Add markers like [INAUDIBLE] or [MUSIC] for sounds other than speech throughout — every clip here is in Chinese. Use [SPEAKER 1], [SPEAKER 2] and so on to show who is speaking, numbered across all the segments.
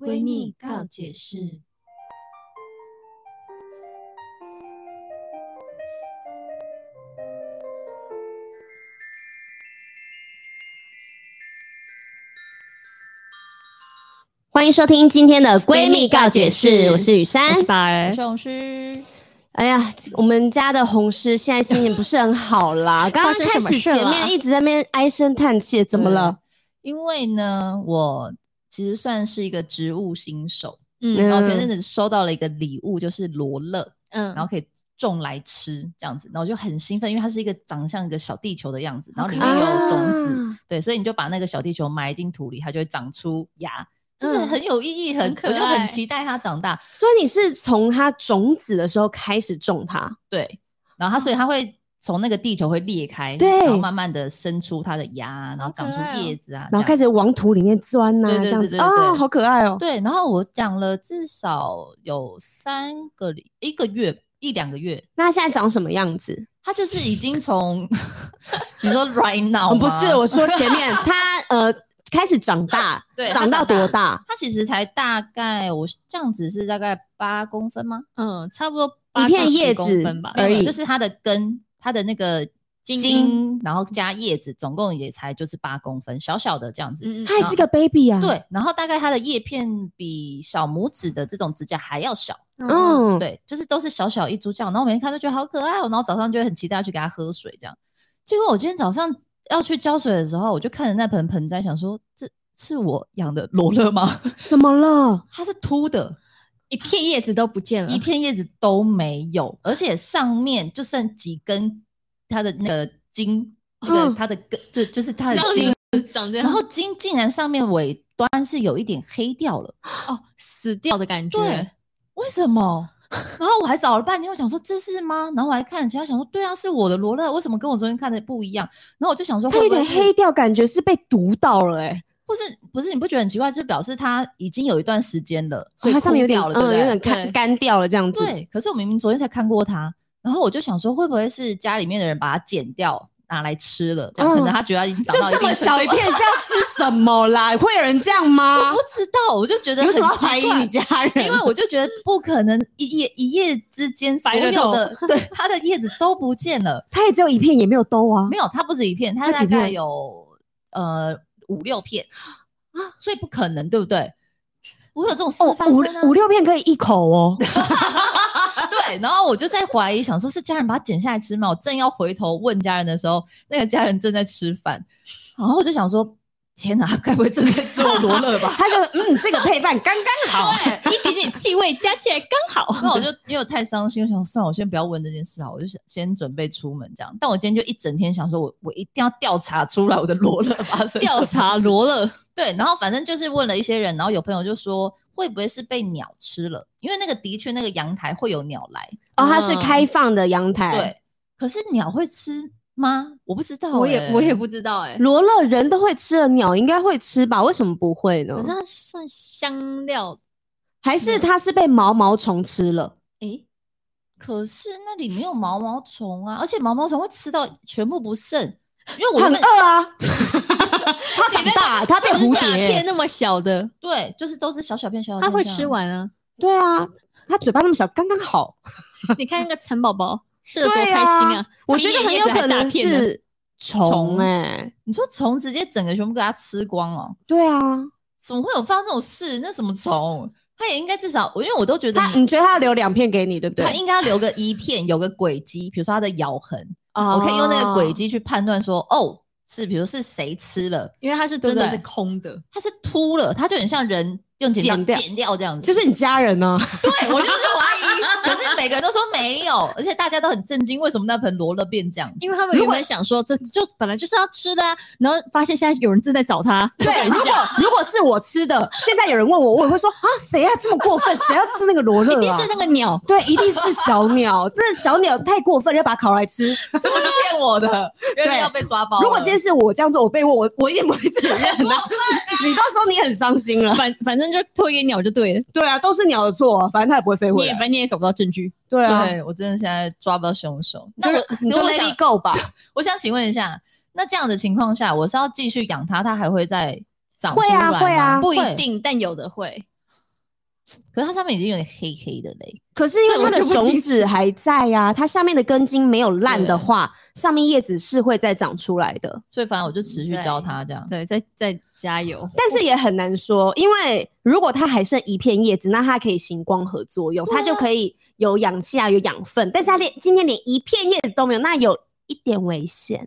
[SPEAKER 1] 闺蜜告解释。
[SPEAKER 2] 欢迎收听今天的闺蜜告解释，我是雨珊，
[SPEAKER 3] 宝儿，
[SPEAKER 1] 雄狮，
[SPEAKER 2] 哎呀，我们家的红狮现在心情不是很好啦。刚刚
[SPEAKER 3] 生
[SPEAKER 2] 开
[SPEAKER 3] 什么
[SPEAKER 2] 始
[SPEAKER 3] 事
[SPEAKER 2] 前
[SPEAKER 3] 了
[SPEAKER 2] 面一直在那边唉声叹气，怎么了？
[SPEAKER 1] 因为呢，我其实算是一个植物新手，
[SPEAKER 2] 嗯
[SPEAKER 1] 然后哦前阵子收到了一个礼物，就是罗勒，
[SPEAKER 3] 嗯
[SPEAKER 1] 然后可以种来吃这样子，然后就很兴奋，因为它是一个长相一个小地球的样子，然后里面有种子，
[SPEAKER 2] 啊
[SPEAKER 1] 对，所以你就把那个小地球埋进土里，它就会长出芽。就是
[SPEAKER 2] 嗯
[SPEAKER 1] 很有意义，很
[SPEAKER 3] 很可
[SPEAKER 1] 我就很
[SPEAKER 3] 爱
[SPEAKER 1] 期待它长大。
[SPEAKER 2] 所以你是从它种子的时候开始种它，
[SPEAKER 1] 对，然后它所以它会从那个地球会裂开，
[SPEAKER 2] 对
[SPEAKER 1] 然后慢慢的伸出它的芽，然后长
[SPEAKER 3] 好可爱
[SPEAKER 1] 出
[SPEAKER 3] 哦
[SPEAKER 1] 叶子啊，
[SPEAKER 2] 然后
[SPEAKER 1] 这样
[SPEAKER 2] 开始往土里面钻呐、
[SPEAKER 1] 对对对
[SPEAKER 2] 这样子
[SPEAKER 1] 对对对
[SPEAKER 2] 啊，好可爱哦、
[SPEAKER 1] 对，然后我养了至少有三个礼一个月一两个月，
[SPEAKER 2] 那它现在长什么样子？
[SPEAKER 1] 它就是已经
[SPEAKER 2] [LAUGHS]
[SPEAKER 1] 从你说 right now
[SPEAKER 2] 哦不
[SPEAKER 1] 吗
[SPEAKER 2] 是，我说前面它呃开始长大，
[SPEAKER 1] 对
[SPEAKER 2] 长到
[SPEAKER 1] 它长大嗯
[SPEAKER 2] 多大？
[SPEAKER 1] 它其实才大概我这样子是大概八公分吗？
[SPEAKER 3] 嗯，差不多
[SPEAKER 2] 一
[SPEAKER 3] 八
[SPEAKER 2] 片
[SPEAKER 3] 到十
[SPEAKER 2] 叶
[SPEAKER 3] 公
[SPEAKER 2] 子
[SPEAKER 3] 分吧，
[SPEAKER 2] 而
[SPEAKER 1] 没有
[SPEAKER 2] 已
[SPEAKER 1] 就是它的根，它的那个茎
[SPEAKER 2] 茎
[SPEAKER 1] 然后加叶子，总共也才就是八公分，小小的这样子。
[SPEAKER 3] 嗯嗯
[SPEAKER 2] 它还是个 baby 啊。，
[SPEAKER 1] 对，然后大概它的叶片比小拇指的这种指甲还要小，
[SPEAKER 3] 嗯，
[SPEAKER 2] 嗯，
[SPEAKER 1] 对，就是都是小小一株这样，然后每天看都觉得好可爱哦，然后早上就会很期待去给它喝水这样。结果我今天早上要去浇水的时候，我就看着那盆盆栽，想说这是我养的罗勒吗？ [LAUGHS]
[SPEAKER 2] 怎么了？
[SPEAKER 1] 它是秃的，
[SPEAKER 3] 一片叶子都不见了
[SPEAKER 1] 一，片叶子都没有，而且上面就剩几根它的那个茎，那个
[SPEAKER 2] 嗯
[SPEAKER 1] 它的根，就就是它的
[SPEAKER 3] 这样
[SPEAKER 1] 茎，
[SPEAKER 3] [LAUGHS] 长这样，
[SPEAKER 1] 然后茎竟然上面尾端是有一点黑掉了。
[SPEAKER 3] 哦死掉的感觉，
[SPEAKER 1] 对，为什么？然后我还找了半天，我想说这是吗？然后我还看了其他，想说对啊，是我的罗勒，为什么跟我昨天看的不一样？然后我就想说
[SPEAKER 2] 它
[SPEAKER 1] 会
[SPEAKER 2] 有
[SPEAKER 1] 不会
[SPEAKER 2] 点
[SPEAKER 1] 哦是
[SPEAKER 2] 黑，掉，感觉是被毒到了哎、
[SPEAKER 1] 或是不是？你不觉得很奇怪？就表示它已经有一段时间了，所
[SPEAKER 2] 所
[SPEAKER 1] 以
[SPEAKER 2] 以它上
[SPEAKER 1] 枯
[SPEAKER 2] 面有点
[SPEAKER 1] 掉了，
[SPEAKER 2] 嗯，
[SPEAKER 1] 对不对？
[SPEAKER 2] 有点干
[SPEAKER 3] 对
[SPEAKER 2] 干掉了这样子。
[SPEAKER 1] 对，可是我明明昨天才看过它，然后我就想说，会不会是家里面的人把它剪掉拿来吃了？这样、可
[SPEAKER 2] 嗯
[SPEAKER 1] 能他觉得它已经长
[SPEAKER 2] 就
[SPEAKER 1] 到
[SPEAKER 2] 这
[SPEAKER 1] 定
[SPEAKER 2] 么
[SPEAKER 1] 程
[SPEAKER 2] 小
[SPEAKER 1] 度 [LAUGHS]
[SPEAKER 2] 一，片是要吃什么啦？会有人这样吗
[SPEAKER 1] 我不？知道，我就觉得
[SPEAKER 2] 你为什么要
[SPEAKER 1] 很奇
[SPEAKER 2] 怀疑
[SPEAKER 1] 怪
[SPEAKER 2] 你家人？
[SPEAKER 1] 因为我就觉得不可能一夜一夜之间所
[SPEAKER 3] 白了
[SPEAKER 1] 有的对它的叶子都不见了，
[SPEAKER 2] 它也只有一片，也没有兜啊
[SPEAKER 1] 没。有，它不止一片，它
[SPEAKER 2] 它
[SPEAKER 1] 大
[SPEAKER 2] 几
[SPEAKER 1] 概
[SPEAKER 2] 片
[SPEAKER 1] 有呃五六片啊，所以不可能，对不对？我有这种事
[SPEAKER 2] 哦
[SPEAKER 1] 发，
[SPEAKER 2] 五
[SPEAKER 1] 生啊，
[SPEAKER 2] 五六片可以一口
[SPEAKER 1] [LAUGHS]
[SPEAKER 2] 哦。
[SPEAKER 1] 对，然后我就在怀疑，想说是家人把它剪下来吃吗？我正要回头问家人的时候，那个家人正在吃饭，然后我就想说，天哪，该不会正在吃我罗勒吧？ [LAUGHS]
[SPEAKER 2] 它就嗯，这个配饭刚
[SPEAKER 1] 嗯
[SPEAKER 2] 刚好。
[SPEAKER 3] 一点点气味加起来刚好，
[SPEAKER 1] 那我就因为我太伤心，我想算了，我先不要问这件事好，我就想先准备出门这样。但我今天就一整天想说我，我一定要调查出来我的罗勒发生什么
[SPEAKER 3] 调查
[SPEAKER 1] 事
[SPEAKER 3] 罗勒，
[SPEAKER 1] 对，然后反正就是问了一些人，然后有朋友就说会不会是被鸟吃了？因为那个的确那个阳台会有鸟来，
[SPEAKER 2] 哦，它是
[SPEAKER 3] 嗯
[SPEAKER 2] 开放的阳台。
[SPEAKER 1] 对，可是鸟会吃吗？我不知道欸、
[SPEAKER 3] 我也我也不知道哎，
[SPEAKER 2] 罗勒人都会吃了，鸟应该会吃吧？为什么不会呢
[SPEAKER 3] 好？像算香料，
[SPEAKER 2] 还是它是被毛毛虫吃了？
[SPEAKER 3] 诶，
[SPEAKER 1] 可是那里没有毛毛虫啊，而且毛毛虫会吃到全部不剩，因为我
[SPEAKER 2] 很
[SPEAKER 1] 们
[SPEAKER 2] 饿啊！
[SPEAKER 1] [LAUGHS]
[SPEAKER 2] 它长大，它变
[SPEAKER 3] 指
[SPEAKER 2] 蝴
[SPEAKER 3] 甲片
[SPEAKER 2] 蝶。欸
[SPEAKER 3] 那么小的，
[SPEAKER 1] 对，就是都是小小片小小片，
[SPEAKER 3] 它会吃。完啊，
[SPEAKER 2] 对啊，它嘴巴那么小，刚刚好。
[SPEAKER 3] 你看那个蚕宝宝吃的多
[SPEAKER 2] 对
[SPEAKER 3] 开心啊，
[SPEAKER 2] 我
[SPEAKER 3] 比
[SPEAKER 2] 觉得
[SPEAKER 3] 你的
[SPEAKER 2] 很
[SPEAKER 3] 叶
[SPEAKER 2] 有
[SPEAKER 3] 子还
[SPEAKER 2] 可
[SPEAKER 3] 大
[SPEAKER 2] 能
[SPEAKER 3] 片呢
[SPEAKER 2] 是虫
[SPEAKER 1] 虫
[SPEAKER 2] 哎、
[SPEAKER 1] 你说虫直接整个全部给它吃光哦，
[SPEAKER 2] 对啊，
[SPEAKER 1] 怎么会有发生这种事？那什么虫？它也应该至少，我因为我都觉得
[SPEAKER 2] 他
[SPEAKER 3] 嗯
[SPEAKER 1] 你
[SPEAKER 2] 你觉得他要留两片给你，对不对
[SPEAKER 1] 它？应该要留个一片，有个轨迹，比如说它的咬痕，
[SPEAKER 2] 哦
[SPEAKER 1] 我可以用那个轨，迹去判断说，哦，是比如是谁吃了，
[SPEAKER 3] 因为它是
[SPEAKER 1] 对
[SPEAKER 3] 真
[SPEAKER 1] 不
[SPEAKER 3] 的
[SPEAKER 1] 对
[SPEAKER 3] 是空的，
[SPEAKER 1] 它是秃了，它就很像人用剪
[SPEAKER 2] 剪
[SPEAKER 1] 刀
[SPEAKER 2] 掉
[SPEAKER 1] 剪掉这样子， [LAUGHS]
[SPEAKER 2] 就是你家人呢、啊？
[SPEAKER 1] 对我就是怀疑，可是每个人都说没有，而且大家都很震惊，为什么那盆罗勒变这样？
[SPEAKER 3] 因为他们原本想说这就本来就是要吃的啊，然后发现现在有人正在找他，就
[SPEAKER 2] 对，
[SPEAKER 3] 等一
[SPEAKER 2] 如果
[SPEAKER 3] 下，
[SPEAKER 2] 如果是我吃的，现在有人问我，我也会说啊，谁呀、这么过分？谁要吃那个罗勒、啊？
[SPEAKER 3] [LAUGHS] 一定是那个鸟，
[SPEAKER 2] 对，一定是小鸟。那小鸟太过分，要把它烤来吃。
[SPEAKER 1] 这不是骗我的，因
[SPEAKER 2] 对
[SPEAKER 1] 为要被抓包了。
[SPEAKER 3] 哦
[SPEAKER 2] 如果今天是我这样做，我被问，我我一定不会承认
[SPEAKER 3] 啊
[SPEAKER 2] 的。你到时候你很伤心了。
[SPEAKER 3] 反反正就推给鸟就对了，
[SPEAKER 2] 对啊，都是鸟的错、啊，反正它也不会飞
[SPEAKER 3] 你
[SPEAKER 2] 回
[SPEAKER 3] 也
[SPEAKER 2] 来。
[SPEAKER 3] 反正你也找不到证据，
[SPEAKER 2] 对啊，
[SPEAKER 1] 对我真的现在抓不到凶手，
[SPEAKER 2] 就
[SPEAKER 1] 那
[SPEAKER 2] 是
[SPEAKER 1] 我
[SPEAKER 2] 你就
[SPEAKER 1] 我
[SPEAKER 2] let
[SPEAKER 1] 想
[SPEAKER 2] it go 吧。
[SPEAKER 1] 我想请问一下，那这样的情况下，我是要继续养它，它还会再长出
[SPEAKER 2] 会
[SPEAKER 1] 来
[SPEAKER 2] 啊
[SPEAKER 1] 吗
[SPEAKER 2] 会啊
[SPEAKER 3] 不一。定，但有的会，
[SPEAKER 1] 可是它上面已经有点黑黑的嘞。
[SPEAKER 2] 可是因为它
[SPEAKER 3] 这
[SPEAKER 2] 的
[SPEAKER 3] 我就不
[SPEAKER 2] 种
[SPEAKER 3] 清
[SPEAKER 2] 子还在呀、它下面的根茎没有烂的
[SPEAKER 1] 对
[SPEAKER 2] 话，上面叶子是会再长出来的。
[SPEAKER 1] 所以反正我就持
[SPEAKER 2] 嗯
[SPEAKER 1] 续教它这样。
[SPEAKER 3] 对，再再加油。
[SPEAKER 2] 但是也很难说，因为如果它还剩一片叶子，那它可以行光合作用，它就可以有氧气啊，有养分。但是它连今天连一片叶子都没有，那有一点危险，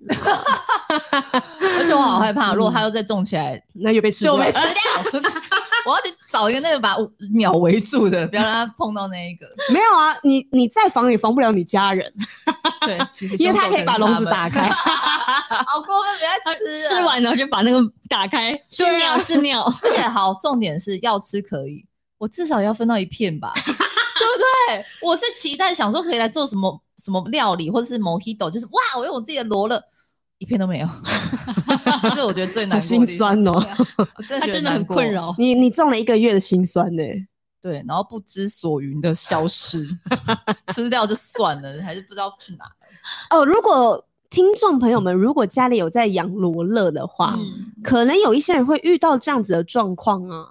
[SPEAKER 1] 而且我好害怕，如果它又再种起来，
[SPEAKER 2] 那又被吃
[SPEAKER 1] 就被吃 [LAUGHS] 掉。我要去找一个那个把鸟围住的，不要让它碰到那一个。
[SPEAKER 2] 没有啊，你你再防也防不了你家人，
[SPEAKER 1] 对，其实
[SPEAKER 2] 因
[SPEAKER 1] 凶
[SPEAKER 2] 为它
[SPEAKER 1] 手
[SPEAKER 2] 可以把
[SPEAKER 1] 能是
[SPEAKER 2] 笼子
[SPEAKER 1] 他们
[SPEAKER 2] 打开。。
[SPEAKER 1] 好过分，不要吃、啊、
[SPEAKER 3] 吃。完然后就把那个打开，是
[SPEAKER 1] 对啊
[SPEAKER 3] 尿是尿， [LAUGHS]
[SPEAKER 1] 而且好，重点是要吃可以，我至少要分到一片吧，对不对？我是期待想说可以来做什么什么料理，或者是 mojito，就是哇，我用我自己的罗勒，一片都没有，这是我觉得最难
[SPEAKER 2] 好
[SPEAKER 1] 过的
[SPEAKER 2] 心
[SPEAKER 1] 地方。
[SPEAKER 2] 酸哦、
[SPEAKER 1] 啊我真
[SPEAKER 3] 他
[SPEAKER 1] 的觉得
[SPEAKER 3] 真的
[SPEAKER 1] 难
[SPEAKER 3] 很
[SPEAKER 1] 过
[SPEAKER 3] 困。扰。
[SPEAKER 2] [LAUGHS] 你你种了一个月的心酸呢、
[SPEAKER 1] 对，然后不知所云的消失， [LAUGHS] 吃掉就算了，还是不知道去哪。
[SPEAKER 2] 哦，如果听众朋友们如果家里有在养罗勒的话，
[SPEAKER 3] 嗯，
[SPEAKER 2] 可能有一些人会遇到这样子的状况啊，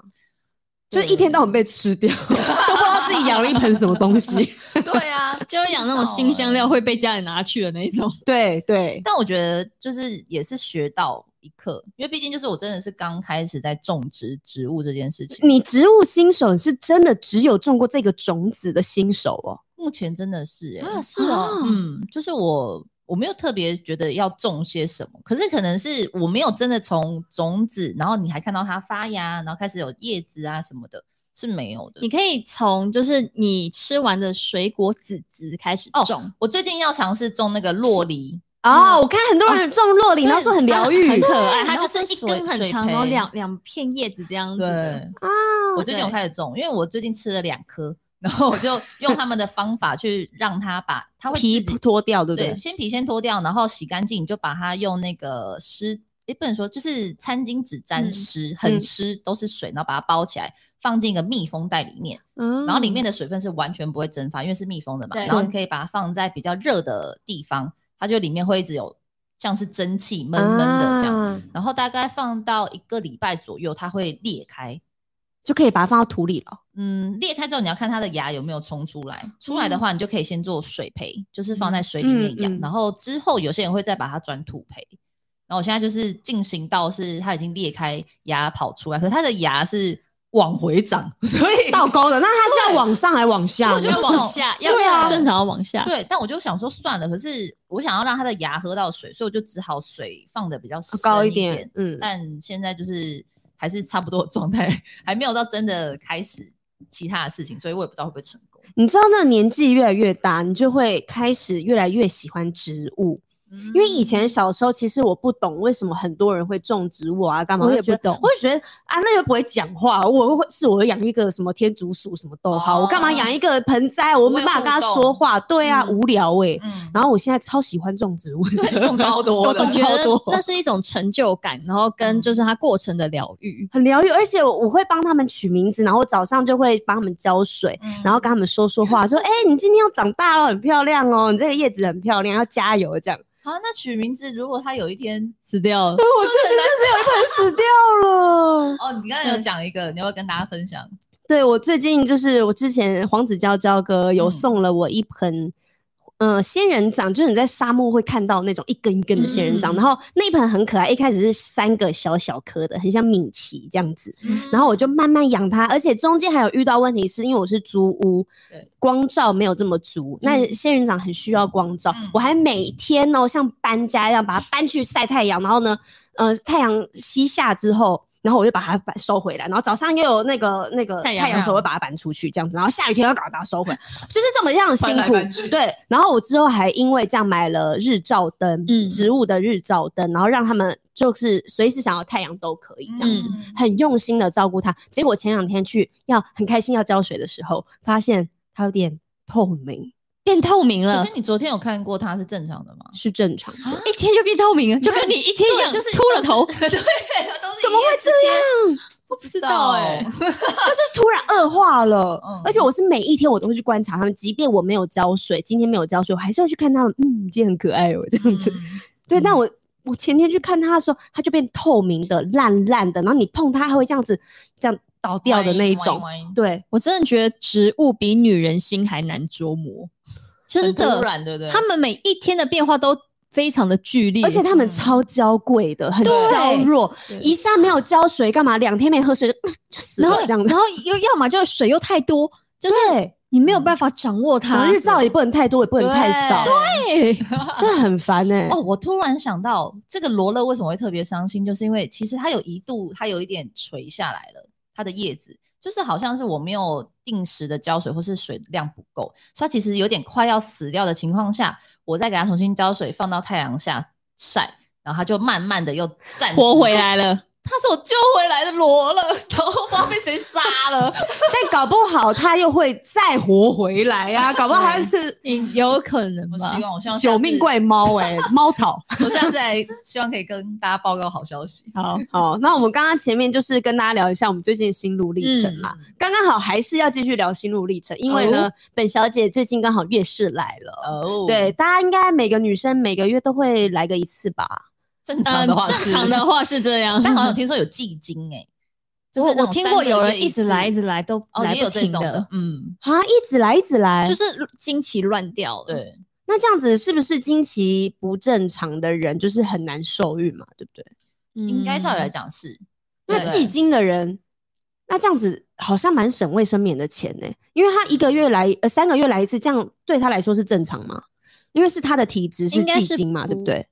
[SPEAKER 2] 就是一天到晚被
[SPEAKER 1] [LAUGHS]
[SPEAKER 2] 吃掉，都不知道自己养了一盆什么东西。
[SPEAKER 1] 对啊，
[SPEAKER 3] 就养那种新香料会被家人拿去的那一种。
[SPEAKER 2] 对对，
[SPEAKER 1] 但我觉得就是也是学到一课，因为毕竟就是我真的是刚开始在种植植物这件事情，
[SPEAKER 2] 你植物新手是真的只有种过这个种子的新手哦。
[SPEAKER 1] 目前真的是、欸、
[SPEAKER 3] 啊是哦
[SPEAKER 1] 嗯，就是我我没有特别觉得要种些什么，可是可能是我没有真的从种子，然后你还看到它发芽，然后开始有叶子啊什么的，是没有的
[SPEAKER 3] 你。可以从就是你吃完的水果籽籽开始
[SPEAKER 1] 哦
[SPEAKER 3] 种，
[SPEAKER 1] 我最近要尝试种那个洛梨，
[SPEAKER 2] 哦，我看很多人种洛梨，然后说很啊疗愈，
[SPEAKER 3] 很可爱。它
[SPEAKER 1] 然
[SPEAKER 3] 就
[SPEAKER 1] 后
[SPEAKER 3] 是
[SPEAKER 1] 是
[SPEAKER 3] 一
[SPEAKER 1] 水
[SPEAKER 3] 根很
[SPEAKER 1] 水
[SPEAKER 3] 长，然后
[SPEAKER 1] 培
[SPEAKER 3] 两两片叶子这样子的。
[SPEAKER 1] 对，
[SPEAKER 2] 啊。
[SPEAKER 1] [LAUGHS] 我最近有
[SPEAKER 3] 对
[SPEAKER 1] 开始种，因为我最近吃了两颗，然后我就用他们的方法去让它把它会自
[SPEAKER 2] 皮
[SPEAKER 1] 己
[SPEAKER 2] 脱掉，对不对
[SPEAKER 1] 对，？先皮先脱掉，然后洗干净，你就把它用那个湿，也不能说就是餐巾纸沾
[SPEAKER 3] 嗯
[SPEAKER 1] 湿，
[SPEAKER 2] 嗯
[SPEAKER 1] 很湿，都是水，然后把它包起来，放进一个密封袋里面，
[SPEAKER 2] 嗯
[SPEAKER 1] 然后里面的水分是完全不会蒸发，因为是密封的嘛。
[SPEAKER 3] 对
[SPEAKER 1] 然后你可以把它放在比较热的地方，它就里面会一直有像是蒸汽闷闷的这样。
[SPEAKER 2] 啊
[SPEAKER 1] 然后大概放到一个礼拜左右，它会裂开。
[SPEAKER 2] 就可以把它放到土里
[SPEAKER 1] [LAUGHS]
[SPEAKER 2] 了。
[SPEAKER 1] 嗯，裂开之后你要看它的芽有没有冲出来，出来的话你就可以先做水培，就是放在水里面养，
[SPEAKER 2] 嗯嗯嗯
[SPEAKER 1] 然后之后有些人会再把它转土培。然后我现在就是进行到是它已经裂开芽跑出来，可是它的芽是往回长， [LAUGHS] 所以
[SPEAKER 2] 倒钩的，那它是要往上还往下？
[SPEAKER 1] 我觉得
[SPEAKER 3] 要往下，要
[SPEAKER 2] 对啊
[SPEAKER 3] 正常要往下。
[SPEAKER 1] 对，但我就想说算了，可是我想要让它的芽喝到水，所以我就只好水放的比较深
[SPEAKER 2] [LAUGHS] 哦高一
[SPEAKER 1] 一
[SPEAKER 2] 点，嗯，
[SPEAKER 1] 但现在就是还是差不多的状态，还没有到真的开始其他的事情，所以我也不知道会不会成功。
[SPEAKER 2] 你知道，那个年纪越来越大，你就会开始越来越喜欢植物。
[SPEAKER 1] 因
[SPEAKER 2] 因为以前小时候，其实我不懂为什么很多人会种植物啊，干嘛？
[SPEAKER 3] 我也
[SPEAKER 2] 就觉得
[SPEAKER 3] 不懂
[SPEAKER 2] 我会觉得啊，那又不会讲话，我会是我养一个什么天竺鼠什么都好，
[SPEAKER 1] 哦
[SPEAKER 2] 我干嘛养一个盆栽？我没办法跟他说话，对啊，
[SPEAKER 1] 嗯
[SPEAKER 2] 无聊哎、
[SPEAKER 1] 嗯，
[SPEAKER 2] 然后我现在超喜欢种植物的，
[SPEAKER 1] 种超多的
[SPEAKER 2] 我
[SPEAKER 3] 我
[SPEAKER 2] [LAUGHS] 种
[SPEAKER 3] 觉
[SPEAKER 2] 超
[SPEAKER 3] 得
[SPEAKER 2] 多，
[SPEAKER 3] 那是一种成就感，然后跟就是它过程的疗愈。
[SPEAKER 2] 很疗愈，而且我我会帮他们取名字，然后早上就会帮他们浇水，
[SPEAKER 1] 嗯
[SPEAKER 2] 然后跟他们说说 [LAUGHS] 话，说：“哎、你今天要长大了，很漂亮哦，你这个叶子很漂亮，要加油。”这样， [LAUGHS]
[SPEAKER 1] 啊，那取名字，如果他有一天
[SPEAKER 3] 死掉了，
[SPEAKER 2] 我确实就是有一盆死掉了。
[SPEAKER 1] 哦，你刚才有讲一个，你要不要跟大家分享？
[SPEAKER 2] [LAUGHS] 对我最近就是我之前黄子佼佼哥有
[SPEAKER 1] 嗯
[SPEAKER 2] 送了我一盆。呃，仙人掌就是你在沙漠会看到那种一根一根的仙人掌，
[SPEAKER 3] 嗯
[SPEAKER 2] 然后那一盆很可爱，一开始是三个小小颗的，很像米奇这样子，
[SPEAKER 1] 嗯
[SPEAKER 2] 然后我就慢慢养它，而且中间还有遇到问题，是因为我是租屋
[SPEAKER 1] 对，
[SPEAKER 2] 光照没有这么足。那仙人掌很需要光照，
[SPEAKER 1] 嗯
[SPEAKER 2] 我还每天哦像搬家一样把它搬去晒太阳，然后呢，呃，太阳西下之后。然后我就把它搬收回来，然后早上又有那个那个太
[SPEAKER 3] 太阳
[SPEAKER 2] 阳的时候，
[SPEAKER 1] 啊
[SPEAKER 2] 我会把它搬出去这样子，然后下雨天又搞把它收回来，就是这么样的辛
[SPEAKER 1] 搬来
[SPEAKER 2] 苦。
[SPEAKER 1] 搬去
[SPEAKER 2] 对，然后我之后还因为这样买了日照灯，
[SPEAKER 3] 嗯
[SPEAKER 2] 植物的日照灯，然后让他们就是随时想要太阳都可以这样子。
[SPEAKER 1] 嗯
[SPEAKER 2] 很用心的照顾它。结果前两天去要很开心要浇水的时候，发现它有点透明，
[SPEAKER 3] 变透明
[SPEAKER 1] 可
[SPEAKER 3] 了
[SPEAKER 1] 是，你昨天有看过它是正常的吗？
[SPEAKER 2] 是正常的。
[SPEAKER 3] 一天就变透明了，就跟你一天一样，
[SPEAKER 1] 就是
[SPEAKER 3] 秃
[SPEAKER 1] [LAUGHS]
[SPEAKER 3] 了头。
[SPEAKER 1] [LAUGHS] 对，都是
[SPEAKER 2] 怎么
[SPEAKER 1] 一夜
[SPEAKER 2] 会
[SPEAKER 1] 之
[SPEAKER 2] 这
[SPEAKER 1] 间？
[SPEAKER 2] 样？
[SPEAKER 1] 不知
[SPEAKER 3] 道
[SPEAKER 2] [LAUGHS]
[SPEAKER 3] 欸
[SPEAKER 2] 它就是突然恶化了。
[SPEAKER 1] 嗯
[SPEAKER 2] 而且我是每一天我都会去观察它们，即便我没有浇水，今天没有浇水，我还是要去看它们。嗯，今天很可爱哦，这样子。
[SPEAKER 1] 嗯
[SPEAKER 2] 对，但我我前天去看它的时候，它就变透明的、烂烂的，然后你碰它还会这样子，这样倒掉的那一种。
[SPEAKER 1] 歪歪歪
[SPEAKER 2] 对，
[SPEAKER 3] 我真的觉得植物比女人心还难捉摸，真
[SPEAKER 1] 很突
[SPEAKER 3] 的，
[SPEAKER 1] 然，对不对？
[SPEAKER 3] 他们每一天的变化都非常的剧烈，
[SPEAKER 2] 而且它们超娇贵的，很
[SPEAKER 3] 对
[SPEAKER 2] 娇弱，
[SPEAKER 1] 对
[SPEAKER 2] 一下没有浇水干嘛？两天没喝水就、嗯就死
[SPEAKER 3] 然
[SPEAKER 2] 了
[SPEAKER 3] 后
[SPEAKER 2] 这样子
[SPEAKER 3] 然。后又要么就是水又太多，就是
[SPEAKER 2] 对，
[SPEAKER 3] 你没有办法掌握
[SPEAKER 2] 然
[SPEAKER 3] 它
[SPEAKER 2] 后。日照也不能太多，也不能太少，
[SPEAKER 3] 对，
[SPEAKER 2] [LAUGHS] 真的很烦哎、
[SPEAKER 1] 哦，我突然想到，这个罗勒为什么会特别伤心，就是因为其实它有一度它有一点垂下来了，它的叶子就是好像是我没有定时的浇水，或是水量不够，所以它其实有点快要死掉的情况下，我再给它重新浇水，放到太阳下晒，然后它就慢慢的又站
[SPEAKER 3] 活
[SPEAKER 1] 直
[SPEAKER 3] 回。来了。
[SPEAKER 1] 它是我救回来的罗勒，然后不知道被谁杀
[SPEAKER 3] [LAUGHS]
[SPEAKER 1] 了。
[SPEAKER 2] [LAUGHS] 但搞不好它又会再活回来呀、啊，搞不好它是
[SPEAKER 3] 有可能
[SPEAKER 1] 嗯我
[SPEAKER 3] 吧
[SPEAKER 1] 希？望，我希
[SPEAKER 3] [LAUGHS]
[SPEAKER 1] 望下
[SPEAKER 2] [LAUGHS] 九命
[SPEAKER 1] 次，
[SPEAKER 2] 怪猫哎、猫草。
[SPEAKER 1] 我下次来希望可以跟大家报告好消息。
[SPEAKER 2] 好好，那我们刚刚前面就是跟大家聊一下我们最近的心路历程啦。刚刚好还是要继续聊心路历程，因为呢，本小姐最近刚好月事来了。
[SPEAKER 1] 哦，
[SPEAKER 2] 对，，大家应该每个女生每个月都会来个一次吧？
[SPEAKER 1] 正常
[SPEAKER 3] 嗯，
[SPEAKER 1] 的话是，
[SPEAKER 3] 正常的话是这样，
[SPEAKER 1] 但好像有听说有季经哎、就是
[SPEAKER 3] 嗯我
[SPEAKER 1] 那
[SPEAKER 3] 我
[SPEAKER 1] 种
[SPEAKER 3] 听
[SPEAKER 1] 三
[SPEAKER 3] 过
[SPEAKER 1] 个
[SPEAKER 3] 有
[SPEAKER 1] 月
[SPEAKER 3] 人一
[SPEAKER 1] 次
[SPEAKER 3] 直来，一直来都
[SPEAKER 1] 哦，
[SPEAKER 3] 来
[SPEAKER 1] 也
[SPEAKER 3] 不
[SPEAKER 1] 有这
[SPEAKER 3] 停
[SPEAKER 1] 种的，嗯，
[SPEAKER 2] 啊，一直来，一直来，
[SPEAKER 3] 就
[SPEAKER 2] 就是
[SPEAKER 3] 是经期乱掉了。，
[SPEAKER 1] 对，
[SPEAKER 2] 那这样子是不是经期不正常的人就是很难受孕嘛？对不对？
[SPEAKER 3] 嗯
[SPEAKER 1] 应该照理来，讲是，
[SPEAKER 2] 那
[SPEAKER 1] 对
[SPEAKER 2] 忌经的人，那这样子好像蛮省卫生棉的钱呢、因为他一个月来呃三个月来一次，这样对他来说是正常吗？因为是他的体质是
[SPEAKER 3] 应该
[SPEAKER 2] 忌
[SPEAKER 3] 是
[SPEAKER 2] 经嘛，对不
[SPEAKER 3] 不
[SPEAKER 2] 对？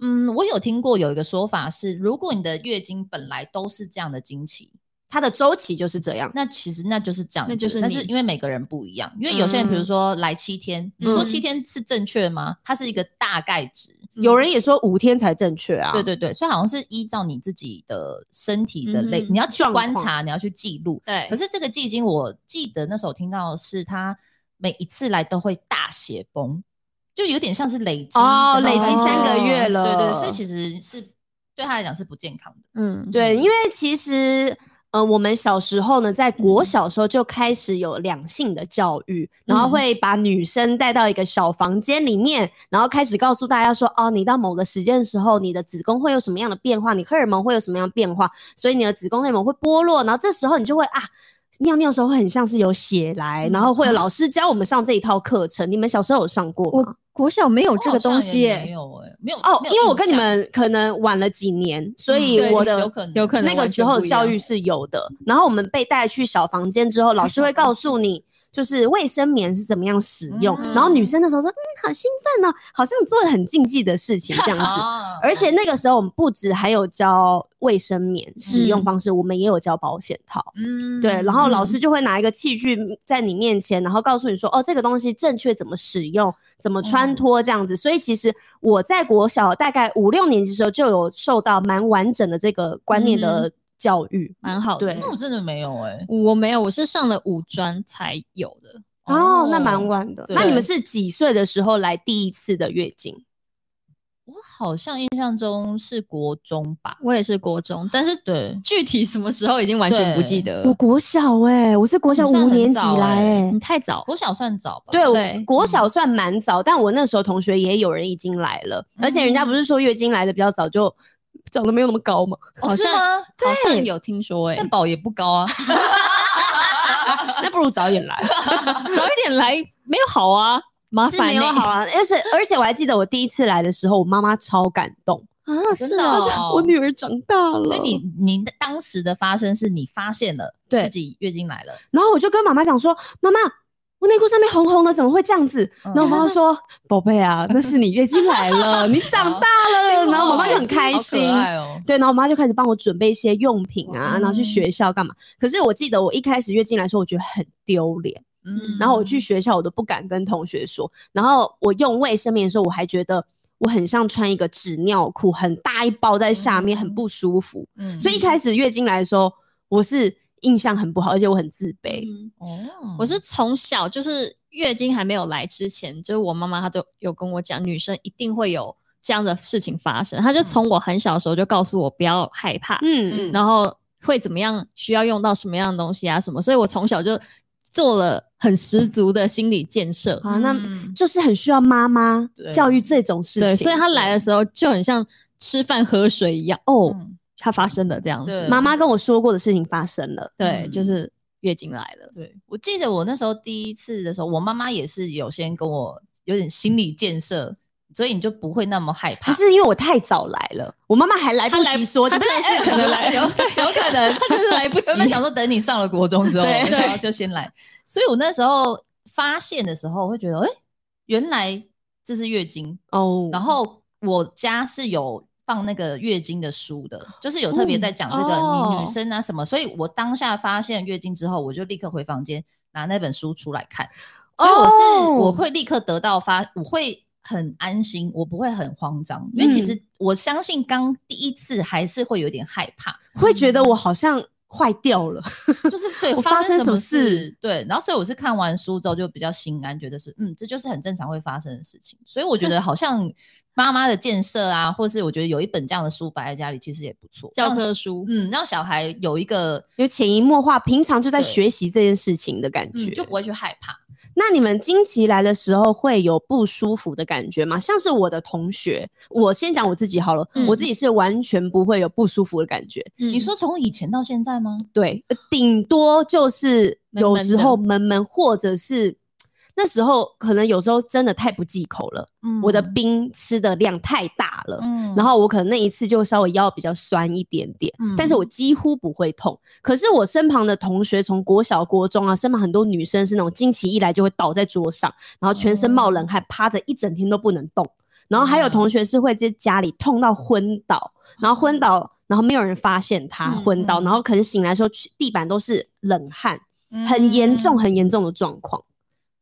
[SPEAKER 1] 嗯，我有听过有一个说法是，如果你的月经本来都是这样的经期，
[SPEAKER 2] 他的周期就是这样。
[SPEAKER 1] 那其实那就是这样子，
[SPEAKER 3] 那就是
[SPEAKER 1] 但
[SPEAKER 3] 你
[SPEAKER 1] 是因为每个人不一样，因为有些人比如
[SPEAKER 2] 嗯
[SPEAKER 1] 说来七天，你说七
[SPEAKER 3] 嗯
[SPEAKER 1] 天是正确吗？它是一个大概值，
[SPEAKER 2] 有人也说五天才正确啊，
[SPEAKER 1] 对对对，所以好像是依照你自己的身体的类，
[SPEAKER 3] 嗯哼
[SPEAKER 1] 你要去
[SPEAKER 2] 状
[SPEAKER 1] 观
[SPEAKER 2] 况
[SPEAKER 1] 察，你要去记录，
[SPEAKER 2] 哎
[SPEAKER 1] 可
[SPEAKER 3] 对，
[SPEAKER 1] 是这个季经，我记得那时候听到是他每一次来都会大血崩，就有点像是累积然
[SPEAKER 2] 哦，
[SPEAKER 1] 后
[SPEAKER 2] 累积三个月了，
[SPEAKER 1] 对对，所以其实是对他来讲是不健康的。
[SPEAKER 3] 嗯，
[SPEAKER 2] 对，
[SPEAKER 1] 嗯
[SPEAKER 2] 因为其实。呃，我们小时候呢，在
[SPEAKER 1] 嗯
[SPEAKER 2] 国小时候就开始有两性的教育，然后
[SPEAKER 3] 嗯
[SPEAKER 2] 会把女生带到一个小房间里面，然后开始告诉大家说，哦，你到某个时间的时候，你的子宫会有什么样的变化，你荷尔蒙会有什么样的变化，所以你的子宫内膜会剥落，然后这时候你就会啊，尿尿的时候会很像是有血来，然后会有老师教我们上这一套课程。你们小时候有上过吗？
[SPEAKER 3] 我国小没有这
[SPEAKER 1] 哦我好
[SPEAKER 3] 个
[SPEAKER 1] 像
[SPEAKER 3] 东西
[SPEAKER 1] 也
[SPEAKER 3] 耶，
[SPEAKER 1] 没有哎、没有
[SPEAKER 2] 哦，
[SPEAKER 1] 没有
[SPEAKER 2] 因为我跟你
[SPEAKER 1] 印象嗯
[SPEAKER 2] 们可能晚了几年，所以
[SPEAKER 3] 对
[SPEAKER 2] 我的
[SPEAKER 1] 有可能
[SPEAKER 3] 有可能
[SPEAKER 2] 那个
[SPEAKER 3] 完
[SPEAKER 2] 时
[SPEAKER 3] 全
[SPEAKER 2] 候
[SPEAKER 3] 不一
[SPEAKER 2] 教
[SPEAKER 3] 样
[SPEAKER 2] 育是有的。然后我们被带去小房间之后，老师
[SPEAKER 3] [LAUGHS]
[SPEAKER 2] 会告诉你。就是卫生棉是怎么样使用，
[SPEAKER 1] 嗯
[SPEAKER 2] 然后女生那时候说，嗯，好兴奋哦，好像做了很禁忌的事情这样
[SPEAKER 3] [LAUGHS]
[SPEAKER 2] 子。
[SPEAKER 1] 啊
[SPEAKER 2] 而且那个时候我们不止还有教卫生棉使用
[SPEAKER 3] 嗯
[SPEAKER 2] 方式，我们也有教保险套。
[SPEAKER 1] 嗯
[SPEAKER 2] 对，然后老
[SPEAKER 3] 嗯
[SPEAKER 2] 师就会拿一个器具在你面前，然后告诉你说，哦，这个东西正确怎么使用，怎么穿
[SPEAKER 1] 嗯
[SPEAKER 2] 脱这样子。所以其实我在国小大概五六年级的时候就有受到蛮完整的这个观念的教育。
[SPEAKER 3] 蛮好的。
[SPEAKER 2] 对
[SPEAKER 1] 那我真的没有哎、
[SPEAKER 3] 我没有，我是上了五专才有的。
[SPEAKER 2] 哦，那蛮晚的。那你
[SPEAKER 1] 对
[SPEAKER 2] 们是几岁的时候来第一次的月经？
[SPEAKER 1] 我好像印象中是国中吧？
[SPEAKER 3] 我也是国中，但是
[SPEAKER 1] 对，
[SPEAKER 3] 具体什么时候已经完全不记得
[SPEAKER 2] 我
[SPEAKER 3] 了。啊
[SPEAKER 2] 国小哎、我是国小
[SPEAKER 1] 你算
[SPEAKER 2] 五
[SPEAKER 1] 很
[SPEAKER 2] 年级
[SPEAKER 1] 早
[SPEAKER 2] 来
[SPEAKER 1] 欸
[SPEAKER 2] 哎、
[SPEAKER 3] 你太早，
[SPEAKER 1] 国小算早吧？
[SPEAKER 2] 对，我
[SPEAKER 3] 对
[SPEAKER 2] 国小算蛮早，但我那时候同学也有人已经来了，而且人家不是说月经来的比较早就长得没有那么高吗？
[SPEAKER 1] 哦，
[SPEAKER 3] 好
[SPEAKER 1] 是
[SPEAKER 3] 像
[SPEAKER 1] 吗？
[SPEAKER 3] 好像有听说哎、
[SPEAKER 1] 蛋堡也不高啊，
[SPEAKER 2] [LAUGHS] 那不如早点来，
[SPEAKER 3] 早一点来没有好啊，麻
[SPEAKER 2] 是
[SPEAKER 3] 烦、
[SPEAKER 2] 没有好啊。而且而且我还记得我第一次来的时候，我妈妈超感动，
[SPEAKER 3] 啊，
[SPEAKER 1] 真
[SPEAKER 3] 是
[SPEAKER 1] 的
[SPEAKER 3] 啊，
[SPEAKER 1] 哦
[SPEAKER 2] 我女儿长大了。
[SPEAKER 1] 所以你你的当时的发生是你发现了
[SPEAKER 2] 对
[SPEAKER 1] 自己月经来了，
[SPEAKER 2] 然后我就跟妈妈讲说，妈妈。我内裤上面红红的，怎么会这样子？
[SPEAKER 1] 嗯
[SPEAKER 2] 然后我妈妈说：“ [LAUGHS] 宝贝啊，那是你月经
[SPEAKER 1] [LAUGHS]
[SPEAKER 2] 来了，你长大了。”
[SPEAKER 1] 哦
[SPEAKER 2] 然后我妈就很开心。
[SPEAKER 1] 好可爱哦。
[SPEAKER 2] 对，然后我妈就开始帮我准备一些用品啊，然后去
[SPEAKER 1] 嗯
[SPEAKER 2] 学校干嘛。可是我记得我一开始月经来的时候，我觉得很丢脸，
[SPEAKER 1] 嗯
[SPEAKER 2] 然后我去学校我都不敢跟同学说。然后我用卫生棉的时候，我还觉得我很像穿一个纸尿裤，很大一包在下面，很
[SPEAKER 1] 嗯
[SPEAKER 2] 不舒服。
[SPEAKER 1] 嗯
[SPEAKER 2] 所以一开始月经来的时候，我是印象很不好，而且我很自卑。
[SPEAKER 3] 嗯
[SPEAKER 1] 哦
[SPEAKER 3] 我是从小就是月经还没有来之前，就是我妈妈她都有跟我讲，女生一定会有这样的事情发生。她就从我很小的时候就告诉我不要害怕，
[SPEAKER 2] 嗯，
[SPEAKER 1] 嗯
[SPEAKER 3] 然后会怎么样，需要用到什么样的东西啊什么。所以我从小就做了很十足的心理建设。
[SPEAKER 2] 啊，那
[SPEAKER 1] 嗯
[SPEAKER 2] 就是很需要妈妈
[SPEAKER 1] 对
[SPEAKER 2] 教育这种事情。
[SPEAKER 3] 对，所以她来的时候就很像吃饭喝水一样。哦，
[SPEAKER 1] 嗯
[SPEAKER 3] 它发生了这样
[SPEAKER 1] 对
[SPEAKER 3] 子。
[SPEAKER 2] 妈妈跟我说过的事情发生了，
[SPEAKER 3] 对，
[SPEAKER 1] 嗯
[SPEAKER 3] 就是月经来了。
[SPEAKER 1] 对，我记得我那时候第一次的时候，我妈妈也是有先跟我有点心理建设，所以你就不会那么害怕
[SPEAKER 2] 还。是因为我太早来了，我妈妈还来不
[SPEAKER 3] 她来
[SPEAKER 2] 及说，
[SPEAKER 3] 她
[SPEAKER 2] 就
[SPEAKER 3] 真的
[SPEAKER 2] 哎
[SPEAKER 3] 是可能来
[SPEAKER 1] 有有可 [LAUGHS] 能，
[SPEAKER 3] 真是来不及
[SPEAKER 1] 原本想说等你上了国中之后，
[SPEAKER 2] [LAUGHS] 对
[SPEAKER 1] 没想到就先来。所以我那时候发现的时候，我会觉得，哎、原来这是月经。
[SPEAKER 2] 哦，
[SPEAKER 1] 然后我家是有放那个月经的书的，就是有特别在讲这个、
[SPEAKER 3] 嗯
[SPEAKER 1] 你
[SPEAKER 3] 哦
[SPEAKER 1] 女生啊什么，所以我当下发现月经之后，我就立刻回房间拿那本书出来看，所以我是、
[SPEAKER 2] 哦
[SPEAKER 1] 我会立刻得到发，我会很安心，我不会很慌张，因为其实我相信刚第一次还是会有点害怕，
[SPEAKER 2] 会觉得我好像坏掉了，
[SPEAKER 1] 就是对
[SPEAKER 2] 我发
[SPEAKER 1] 生
[SPEAKER 2] 生什么
[SPEAKER 1] 事
[SPEAKER 2] 事，
[SPEAKER 1] 对，然后所以我是看完书之后就比较心安，觉得是嗯，这就是很正常会发生的事情。所以我觉
[SPEAKER 2] [LAUGHS]
[SPEAKER 1] 得好像妈妈的建设啊，或是我觉得有一本这样的书摆在家里，其实也不错，
[SPEAKER 3] 教
[SPEAKER 1] 让
[SPEAKER 3] 科书，
[SPEAKER 1] 嗯，让小孩有一个
[SPEAKER 2] 有潜移默化，平常就在
[SPEAKER 1] 对
[SPEAKER 2] 学习这件事情的感觉，
[SPEAKER 1] 嗯就不会去害怕。
[SPEAKER 2] 那你们经期来的时候会有不舒服的感觉吗？像是我的同学，我先讲我自己好了，
[SPEAKER 3] 嗯
[SPEAKER 2] 我自己是完全不会有不舒服的感觉，
[SPEAKER 3] 你
[SPEAKER 1] 嗯你说从以前到现在吗？
[SPEAKER 2] 对，呃顶多就是
[SPEAKER 3] 闷
[SPEAKER 2] 有
[SPEAKER 3] 闷
[SPEAKER 2] 时
[SPEAKER 3] 的
[SPEAKER 2] 候闷闷，或者是那时候可能有时候真的太不忌口了，
[SPEAKER 1] 嗯
[SPEAKER 2] 我的冰吃的量太大了。
[SPEAKER 1] 嗯
[SPEAKER 2] 然后我可能那一次就稍微腰比较酸一点点，
[SPEAKER 1] 嗯
[SPEAKER 2] 但是我几乎不会痛。可是我身旁的同学，从国小、国中啊，身旁很多女生是那种经期一来就会倒在桌上，然后全身冒冷汗，趴着一整天都不能动。然后还有
[SPEAKER 1] 哦嗯
[SPEAKER 2] 同学是会在家里痛到昏倒，然后昏倒，然后没有人发现他
[SPEAKER 3] 嗯
[SPEAKER 2] 昏倒，
[SPEAKER 1] 哦嗯
[SPEAKER 2] 然后可能醒来的时候地板都是冷汗，很严重、
[SPEAKER 1] 嗯
[SPEAKER 2] 很严重的状况，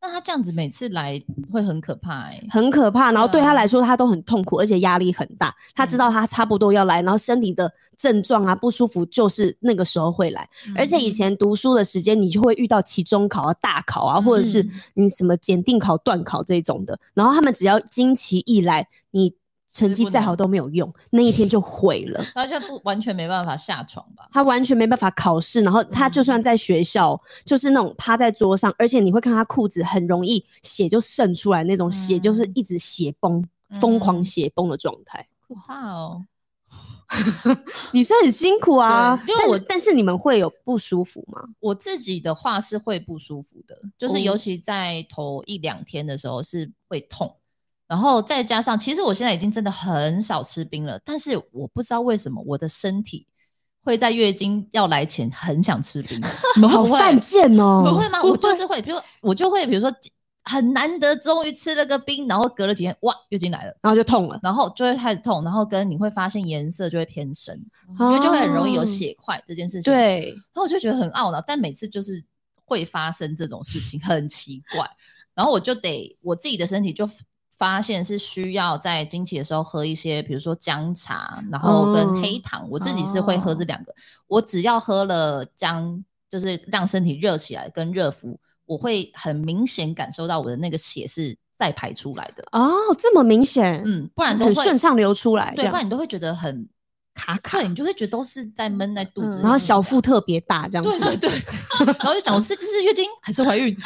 [SPEAKER 1] 那他这样子每次来会很可怕哎、
[SPEAKER 2] 很可怕。然后
[SPEAKER 1] 对嗯啊
[SPEAKER 2] 对他来说，他都很痛苦，而且压力很大。他知道他差不多要来，然后身体的症状啊不舒服就是那个时候会来。而
[SPEAKER 1] 嗯
[SPEAKER 2] 且以前读书的时间，你就会遇到期中考啊、大考啊，或者是
[SPEAKER 3] 嗯
[SPEAKER 2] 你什么检定考、段考这种的。然后他们只要经期一来，你成绩再好都没有用，那一天就毁了。
[SPEAKER 1] 他就不完全没办法下床吧？
[SPEAKER 2] 他完全没办法考试，然后他就
[SPEAKER 1] 嗯
[SPEAKER 2] 算在学校，就是那种趴在桌上，而且你会看他裤子很容易血就渗出来那种血，
[SPEAKER 1] 嗯
[SPEAKER 2] 就是一直血崩，疯狂血崩的状态。
[SPEAKER 1] 可怕哦。
[SPEAKER 2] 女生很辛苦啊，
[SPEAKER 1] 对因为
[SPEAKER 2] 但是
[SPEAKER 1] 我
[SPEAKER 2] 但是你们会有不舒服吗？
[SPEAKER 1] 我自己的话是会不舒服的，就是尤其在头一两天的时候是会痛，然后再加上，其实我现在已经真的很少吃冰了，但是我不知道为什么我的身体会在月经要来前很想吃冰，
[SPEAKER 2] 你们好
[SPEAKER 1] 不会
[SPEAKER 2] 犯贱哦！
[SPEAKER 1] 不会吗？我就是会，比如我就会，比如说很难得终于吃了个冰，然后隔了几天，哇，月经来了，
[SPEAKER 2] 然后就痛了，
[SPEAKER 1] 然后就会开始痛，然后跟你会发现颜色就会偏深，
[SPEAKER 2] 因
[SPEAKER 1] 因为就会很容易有。血块这件事情。
[SPEAKER 2] 哦对，
[SPEAKER 1] 然后我就觉得很懊恼，但每次就是会发生这种事情， [LAUGHS] 很奇怪。然后我就得我自己的身体就发现是需要在经期的时候喝一些，比如说姜茶，然后跟
[SPEAKER 2] 哦
[SPEAKER 1] 黑糖。我自己是会喝这两个，我只要喝了姜，就是让身体热起来跟热敷，我会很明显感受到我的那个血是再排出来的。
[SPEAKER 2] 哦，这么明显，
[SPEAKER 1] 嗯，不然都
[SPEAKER 2] 很
[SPEAKER 1] 会
[SPEAKER 2] 顺畅流出来，这
[SPEAKER 1] 对，
[SPEAKER 2] 样
[SPEAKER 1] 不然你都会觉得很卡卡，你就会觉得都是在闷在肚子里
[SPEAKER 3] 嗯
[SPEAKER 1] 面，
[SPEAKER 2] 然后小腹特别大，这样
[SPEAKER 1] 对对
[SPEAKER 2] 子。
[SPEAKER 1] 对， [LAUGHS] 然后就想是是月经还是怀 [LAUGHS] 孕，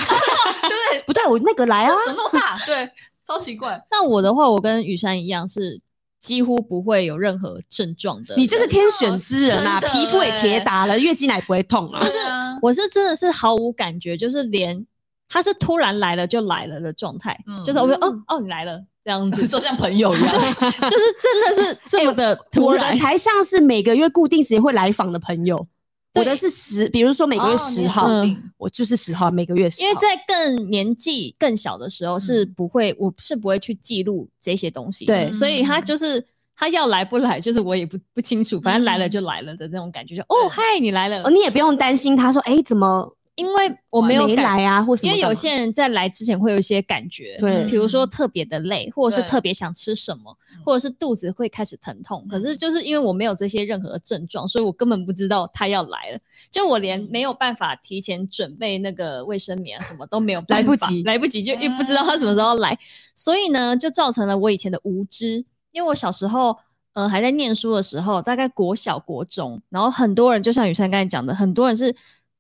[SPEAKER 1] 对
[SPEAKER 2] 不对，我那个来啊，
[SPEAKER 1] 怎么那么大？对，超奇怪。
[SPEAKER 3] 那我的话，我跟雨珊一样是几乎不会有任何症状的人，
[SPEAKER 2] 你就是天选之人啊，
[SPEAKER 1] 真的欸
[SPEAKER 2] 皮肤也铁打了，月经来不会痛啊
[SPEAKER 1] 就。是
[SPEAKER 3] 我是真的是毫无感觉，就是连他是突然来了就来了的状态，
[SPEAKER 1] 嗯
[SPEAKER 3] 就是我说哦
[SPEAKER 2] 嗯啊
[SPEAKER 3] 哦你来了
[SPEAKER 2] [LAUGHS]
[SPEAKER 3] 这样
[SPEAKER 1] [LAUGHS]
[SPEAKER 3] 子，
[SPEAKER 1] 你说像朋友一样，
[SPEAKER 3] 就是真的是这么的突
[SPEAKER 2] 哎我
[SPEAKER 3] 然
[SPEAKER 2] 的。才像是每个月固定时间会来访的朋友，我的是十，比如说每个月
[SPEAKER 1] 哦
[SPEAKER 2] 十号，
[SPEAKER 3] 嗯
[SPEAKER 2] 我就是十号，每个月十号。
[SPEAKER 3] 因为在更年纪更小的时候是不会，我是不会去记录这些东西
[SPEAKER 2] 嗯
[SPEAKER 3] 的，
[SPEAKER 2] 对嗯
[SPEAKER 3] 所以他就是他要来不来，就是我也不不清楚，反正来了就来了的那种感觉，就哦嗨你来了
[SPEAKER 2] 嗯哦，，你也不用担心他说，哎，怎么
[SPEAKER 3] 因为我没有
[SPEAKER 2] 没
[SPEAKER 3] 感，
[SPEAKER 2] 来啊，或什
[SPEAKER 3] 因
[SPEAKER 2] 么
[SPEAKER 3] 为
[SPEAKER 2] 的。
[SPEAKER 3] 有些人在来之前会有一些感觉，
[SPEAKER 2] 对
[SPEAKER 3] 比如说特别的累，或者是
[SPEAKER 1] 对
[SPEAKER 3] 特别想吃什么
[SPEAKER 1] 嗯，
[SPEAKER 3] 或者是肚子会开始疼痛，可
[SPEAKER 2] 嗯
[SPEAKER 3] 是就是因为我没有这些任何的症状，所以我根本不知道他要来了，就我
[SPEAKER 2] 嗯
[SPEAKER 3] 连没有办法提前准备那个卫生棉啊什么都没有办法，
[SPEAKER 2] 来不及啊
[SPEAKER 3] 来不及就也不知道他什么时候来，所以呢，就造成了我以前的无知，因为我小时候。呃，还在念书的时候，大概国小、国中，然后很多人就像雨珊刚才讲的，很多人是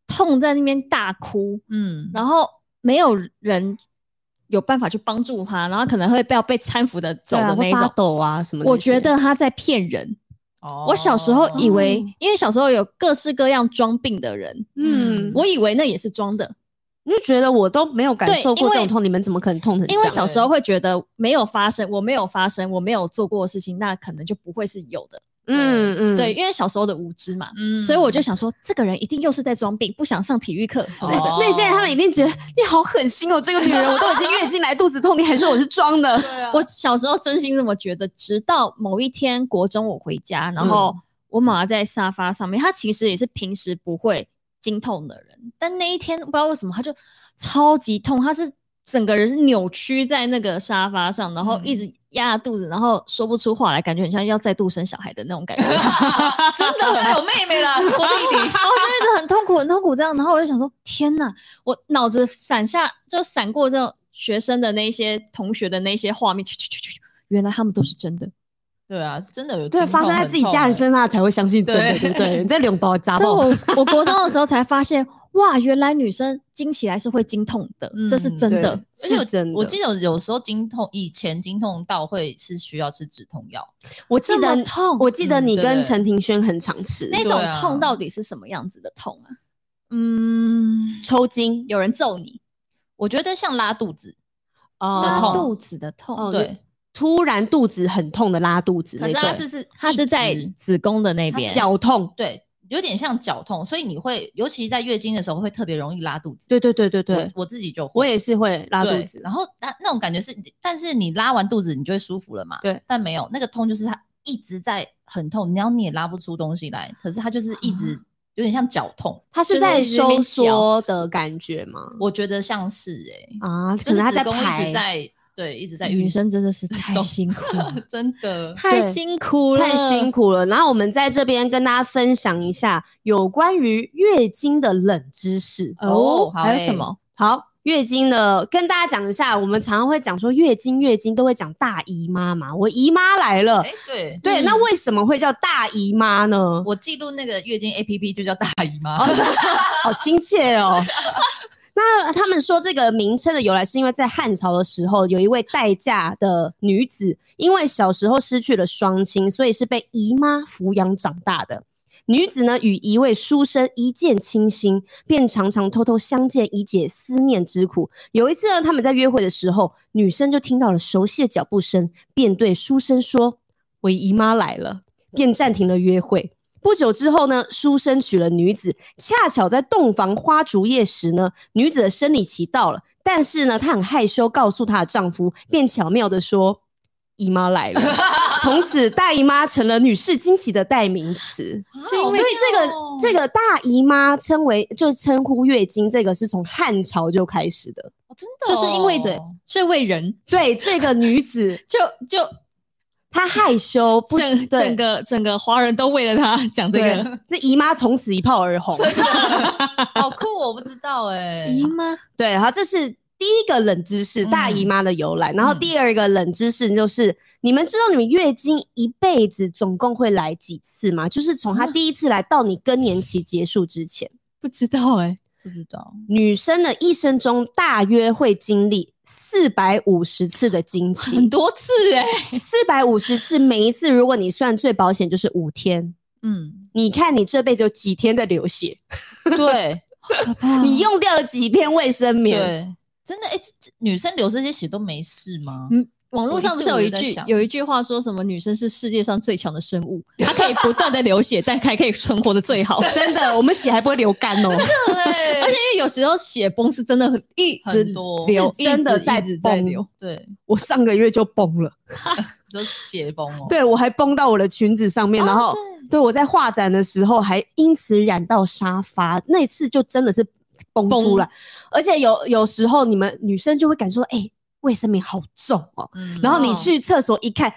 [SPEAKER 3] 痛在那边大哭，
[SPEAKER 1] 嗯，
[SPEAKER 3] 然后没有人有办法去帮助他，然后可能会被被搀扶的走
[SPEAKER 2] 对啊
[SPEAKER 3] 的那
[SPEAKER 2] 会
[SPEAKER 3] 一种。
[SPEAKER 2] 发抖啊什么那些。
[SPEAKER 3] 我觉得他在骗人，
[SPEAKER 1] 哦
[SPEAKER 3] 我小时候以为，
[SPEAKER 2] 哦
[SPEAKER 3] 因为小时候有各式各样装病的人，
[SPEAKER 1] 嗯
[SPEAKER 2] 嗯，
[SPEAKER 3] 我以为那也是装的，
[SPEAKER 2] 你就觉得我都没有感
[SPEAKER 3] 对
[SPEAKER 2] 受过
[SPEAKER 3] 因
[SPEAKER 2] 这种
[SPEAKER 3] 为
[SPEAKER 2] 痛，你们怎么可能痛成这
[SPEAKER 3] 因
[SPEAKER 2] 样？
[SPEAKER 3] 为小时候会觉得没有发生，我没有发生，我没有做过的事情，那可能就不会是有的。
[SPEAKER 2] 嗯嗯，
[SPEAKER 3] 对，，因为小时候的无知嘛，
[SPEAKER 1] 嗯
[SPEAKER 3] 所以我就想说，这个人一定又是在装病，不想上体育课之类的。
[SPEAKER 1] 哦
[SPEAKER 2] 那些人他们一定觉得你好狠心哦，这个女人我都已经月经来肚子痛，你还说我是装 [LAUGHS] 的，
[SPEAKER 1] 啊
[SPEAKER 3] 我小时候真心这么觉得，直到某一天国中我回家，然后我妈妈在沙发上面，她其实也是平时不会经痛的人，但那一天不知道为什么她就超级痛，她是整个人是扭曲在那个沙发上，然后一直压着肚子，然后说不出话来，感觉很像要再度生小孩的那种感觉，然后
[SPEAKER 1] 真的很有妹妹啦，我弟弟。
[SPEAKER 3] 就一直很痛苦很痛苦这样，然后我就想说天哪，我脑子闪下就闪过这种学生的那些同学的那些画面，去去去去去原来他们都是真的。
[SPEAKER 1] [LAUGHS] 对啊，是真的有
[SPEAKER 2] 对，
[SPEAKER 1] 经
[SPEAKER 2] 发生
[SPEAKER 1] 痛
[SPEAKER 2] 在
[SPEAKER 1] 很
[SPEAKER 2] 自己
[SPEAKER 1] 痛
[SPEAKER 2] 家人
[SPEAKER 1] 欸
[SPEAKER 2] 身上才会相信真的，
[SPEAKER 1] 对
[SPEAKER 2] 对不对？你在两包砸
[SPEAKER 3] 但
[SPEAKER 2] 爆，
[SPEAKER 3] 我我国中的时候才发 [LAUGHS] 现，哇，原来女生经起来是会经痛的，
[SPEAKER 1] 嗯
[SPEAKER 3] 这是真的
[SPEAKER 2] 对。
[SPEAKER 1] 而且
[SPEAKER 2] 是 [LAUGHS] 真
[SPEAKER 1] 我
[SPEAKER 2] 的。
[SPEAKER 1] 我记得有时候经痛，以前经痛到会是需要吃止痛药，
[SPEAKER 2] 我记
[SPEAKER 3] 这
[SPEAKER 2] 得
[SPEAKER 3] 么痛
[SPEAKER 2] 我记得
[SPEAKER 1] 嗯
[SPEAKER 2] 你跟
[SPEAKER 1] 对
[SPEAKER 2] 陈庭轩很常吃
[SPEAKER 3] 那
[SPEAKER 1] 对
[SPEAKER 3] 种
[SPEAKER 1] 啊
[SPEAKER 3] 痛到底是什么样子的痛啊？
[SPEAKER 1] 嗯，
[SPEAKER 2] 抽筋
[SPEAKER 3] 有人揍你，
[SPEAKER 1] 我觉得像拉肚子，
[SPEAKER 2] 哦
[SPEAKER 1] 的
[SPEAKER 3] 拉
[SPEAKER 1] 痛
[SPEAKER 3] 肚子的痛，
[SPEAKER 2] 哦
[SPEAKER 1] 对，
[SPEAKER 2] 突然肚子很痛的拉肚子那
[SPEAKER 3] 可是它
[SPEAKER 2] 种，
[SPEAKER 3] 是是它是在子宫的那边，
[SPEAKER 2] 绞痛。
[SPEAKER 1] 对，有点像绞痛，所以你会，尤其在月经的时候会特别容易拉肚子。
[SPEAKER 2] 对对对对对，
[SPEAKER 1] 我我自己就
[SPEAKER 2] 我
[SPEAKER 1] 会
[SPEAKER 2] 也是会拉肚
[SPEAKER 1] 对
[SPEAKER 2] 子，
[SPEAKER 1] 然后那那种感觉是，但是你拉完肚子你就会舒服了嘛，
[SPEAKER 2] 对，
[SPEAKER 1] 但没有那个痛就是它一直在很痛，然后你也拉不出东西来，可是它就是一直有点像绞痛，
[SPEAKER 2] 啊它是
[SPEAKER 3] 是
[SPEAKER 2] 在
[SPEAKER 3] 在那
[SPEAKER 2] 收
[SPEAKER 3] 边
[SPEAKER 2] 缩的感觉吗？
[SPEAKER 1] 我觉得像是哎、
[SPEAKER 2] 啊，可
[SPEAKER 1] 就是
[SPEAKER 2] 能它在
[SPEAKER 1] 子宫一
[SPEAKER 2] 排
[SPEAKER 1] 直。在对一直在
[SPEAKER 3] 女
[SPEAKER 1] 运
[SPEAKER 3] 生真的是太辛苦 [LAUGHS] 了，
[SPEAKER 1] [LAUGHS] 真的，
[SPEAKER 3] 太辛苦了，
[SPEAKER 2] 太辛。苦了。然后我们在这边跟大家分享一下有关于月经的冷知识。
[SPEAKER 3] 哦
[SPEAKER 1] 哦，好
[SPEAKER 3] 还有
[SPEAKER 1] 欸
[SPEAKER 3] 什么？
[SPEAKER 2] 好，月经的跟大家讲一下，我们常常会讲说月经，月经都会讲大姨妈嘛。我姨妈来了，
[SPEAKER 1] 哎、对。
[SPEAKER 2] 对，
[SPEAKER 3] 嗯
[SPEAKER 2] 那为什么会叫大姨妈呢？
[SPEAKER 1] 我记录那个月经 A P P 就叫大姨
[SPEAKER 2] [LAUGHS]
[SPEAKER 1] 妈，
[SPEAKER 2] 好亲切哦。那他们说这个名称的由来，是因为在汉朝的时候，有一位待嫁的女子，因为小时候失去了双亲，所以是被姨妈抚养长大的。女子呢，与一位书生一见倾心，便常常偷偷相见，以解思念之苦。有一次呢，他们在约会的时候，女生就听到了熟悉的脚步声，便对书生说：“我姨妈来了。”便暂停了约会。不久之后呢，书生娶了女子，恰巧在洞房花烛夜时呢，女子的生理期到了，但是呢，她很害羞，告诉她的丈夫，便巧妙的说：“姨妈来了。”从此，大姨妈成了女士惊喜的代名词。
[SPEAKER 3] 所以因
[SPEAKER 2] 所
[SPEAKER 3] 为
[SPEAKER 2] 以这个这个大姨妈称为就称呼月经，这个是从汉朝就开始的。
[SPEAKER 1] 真
[SPEAKER 3] 就是因为对
[SPEAKER 1] 哦
[SPEAKER 3] 这位人，
[SPEAKER 2] 对，这个女
[SPEAKER 3] [LAUGHS]
[SPEAKER 2] 子
[SPEAKER 3] 就就
[SPEAKER 2] 她害羞，不
[SPEAKER 3] 整
[SPEAKER 2] 对
[SPEAKER 3] 整个整个华人都为了他讲这个。
[SPEAKER 2] 对，那姨妈从此一炮而红。
[SPEAKER 1] [LAUGHS] 好酷哦，我不知道哎、
[SPEAKER 3] 姨妈，
[SPEAKER 2] 对，好，这是第一个冷知识，大姨
[SPEAKER 1] 嗯
[SPEAKER 2] 妈的由来。然后
[SPEAKER 1] 嗯
[SPEAKER 2] 第二个冷知识就是，你们知道你们月经一辈子总共会来几次吗？就是从
[SPEAKER 3] 啊
[SPEAKER 2] 她第一次来到你更年期结束之前，
[SPEAKER 3] 不知道哎、
[SPEAKER 1] 不知道，
[SPEAKER 2] 女生的一生中大约会经历四百五十次的经
[SPEAKER 3] 很 [LAUGHS]
[SPEAKER 2] 期，
[SPEAKER 3] 多次哎、
[SPEAKER 2] 四百五十次，每一次如果你算最保险就是五天。 [LAUGHS]
[SPEAKER 1] 嗯，
[SPEAKER 2] 你看，你这辈子有几天在流血？ [LAUGHS]
[SPEAKER 1] 对
[SPEAKER 2] 你用掉了几片卫生棉？
[SPEAKER 1] 对，真的哎、这这女生流这些血都没事吗？
[SPEAKER 3] 嗯网络上不是有一
[SPEAKER 1] 我一度有在
[SPEAKER 3] 句
[SPEAKER 1] 想
[SPEAKER 3] 有一句话说什么女生是世界上最强的生物，她可以不断的流血，但还可以存活的最好。 [LAUGHS] 而
[SPEAKER 2] 真的，我们血还不会流干 [LAUGHS] 哦。
[SPEAKER 3] 且
[SPEAKER 1] 对，
[SPEAKER 3] 有时候血崩是真的很一直
[SPEAKER 1] 很多
[SPEAKER 3] 流，
[SPEAKER 2] 是真的
[SPEAKER 3] 一直
[SPEAKER 2] 在
[SPEAKER 3] 一直在
[SPEAKER 2] 崩
[SPEAKER 3] 流。
[SPEAKER 1] [LAUGHS] 对，
[SPEAKER 2] 我上个月就崩了，
[SPEAKER 1] 就是解崩哦。
[SPEAKER 2] 对我还崩到我的裙子上面，然后哦对我在画展的时候还因此染到沙发，那次就真的是崩出来，而且有有时候你们女生就会感受，哎、卫生棉好重哦，
[SPEAKER 1] 嗯，
[SPEAKER 2] 然后你
[SPEAKER 3] 哦
[SPEAKER 2] 去厕所一看，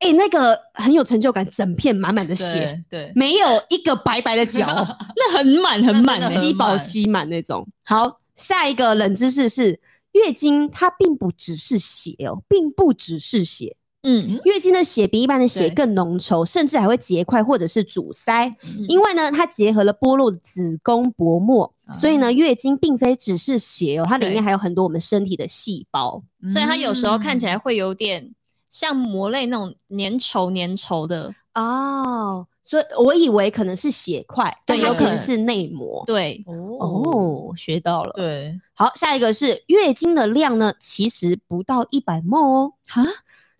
[SPEAKER 2] 哎、那个很有成就感，整片满满的血，
[SPEAKER 1] 对对，
[SPEAKER 2] 没有一个白白的角。哦 [LAUGHS]
[SPEAKER 3] 那很满很满
[SPEAKER 1] 那
[SPEAKER 3] 哎、
[SPEAKER 1] 真的很
[SPEAKER 2] 吸饱吸满那种。好，下一个冷知识是月经，它并不只是血哦，并不只是血。
[SPEAKER 3] 嗯，
[SPEAKER 2] 月经的血比一般的血
[SPEAKER 1] 对
[SPEAKER 2] 更浓稠，甚至还会结块或者是阻塞，因为呢，它结合了剥落的子宫薄膜，
[SPEAKER 1] 啊
[SPEAKER 2] 所以呢，月经并非只是血哦，它里
[SPEAKER 3] 对
[SPEAKER 2] 面还有很多我们身体的细胞。
[SPEAKER 1] 嗯
[SPEAKER 3] 所以它有时候看起来会有点像膜类那种粘稠粘稠的
[SPEAKER 2] 哦，所以我以为可能是血块，但
[SPEAKER 1] 对
[SPEAKER 2] 它
[SPEAKER 1] 有
[SPEAKER 2] 其
[SPEAKER 1] 可
[SPEAKER 2] 实
[SPEAKER 1] 能
[SPEAKER 2] 是内膜。
[SPEAKER 3] 对，
[SPEAKER 1] 哦，
[SPEAKER 2] 哦，学到了。
[SPEAKER 1] 对，
[SPEAKER 2] 好，下一个是月经的量呢，其实不到一百 ml 哦，
[SPEAKER 3] 哈，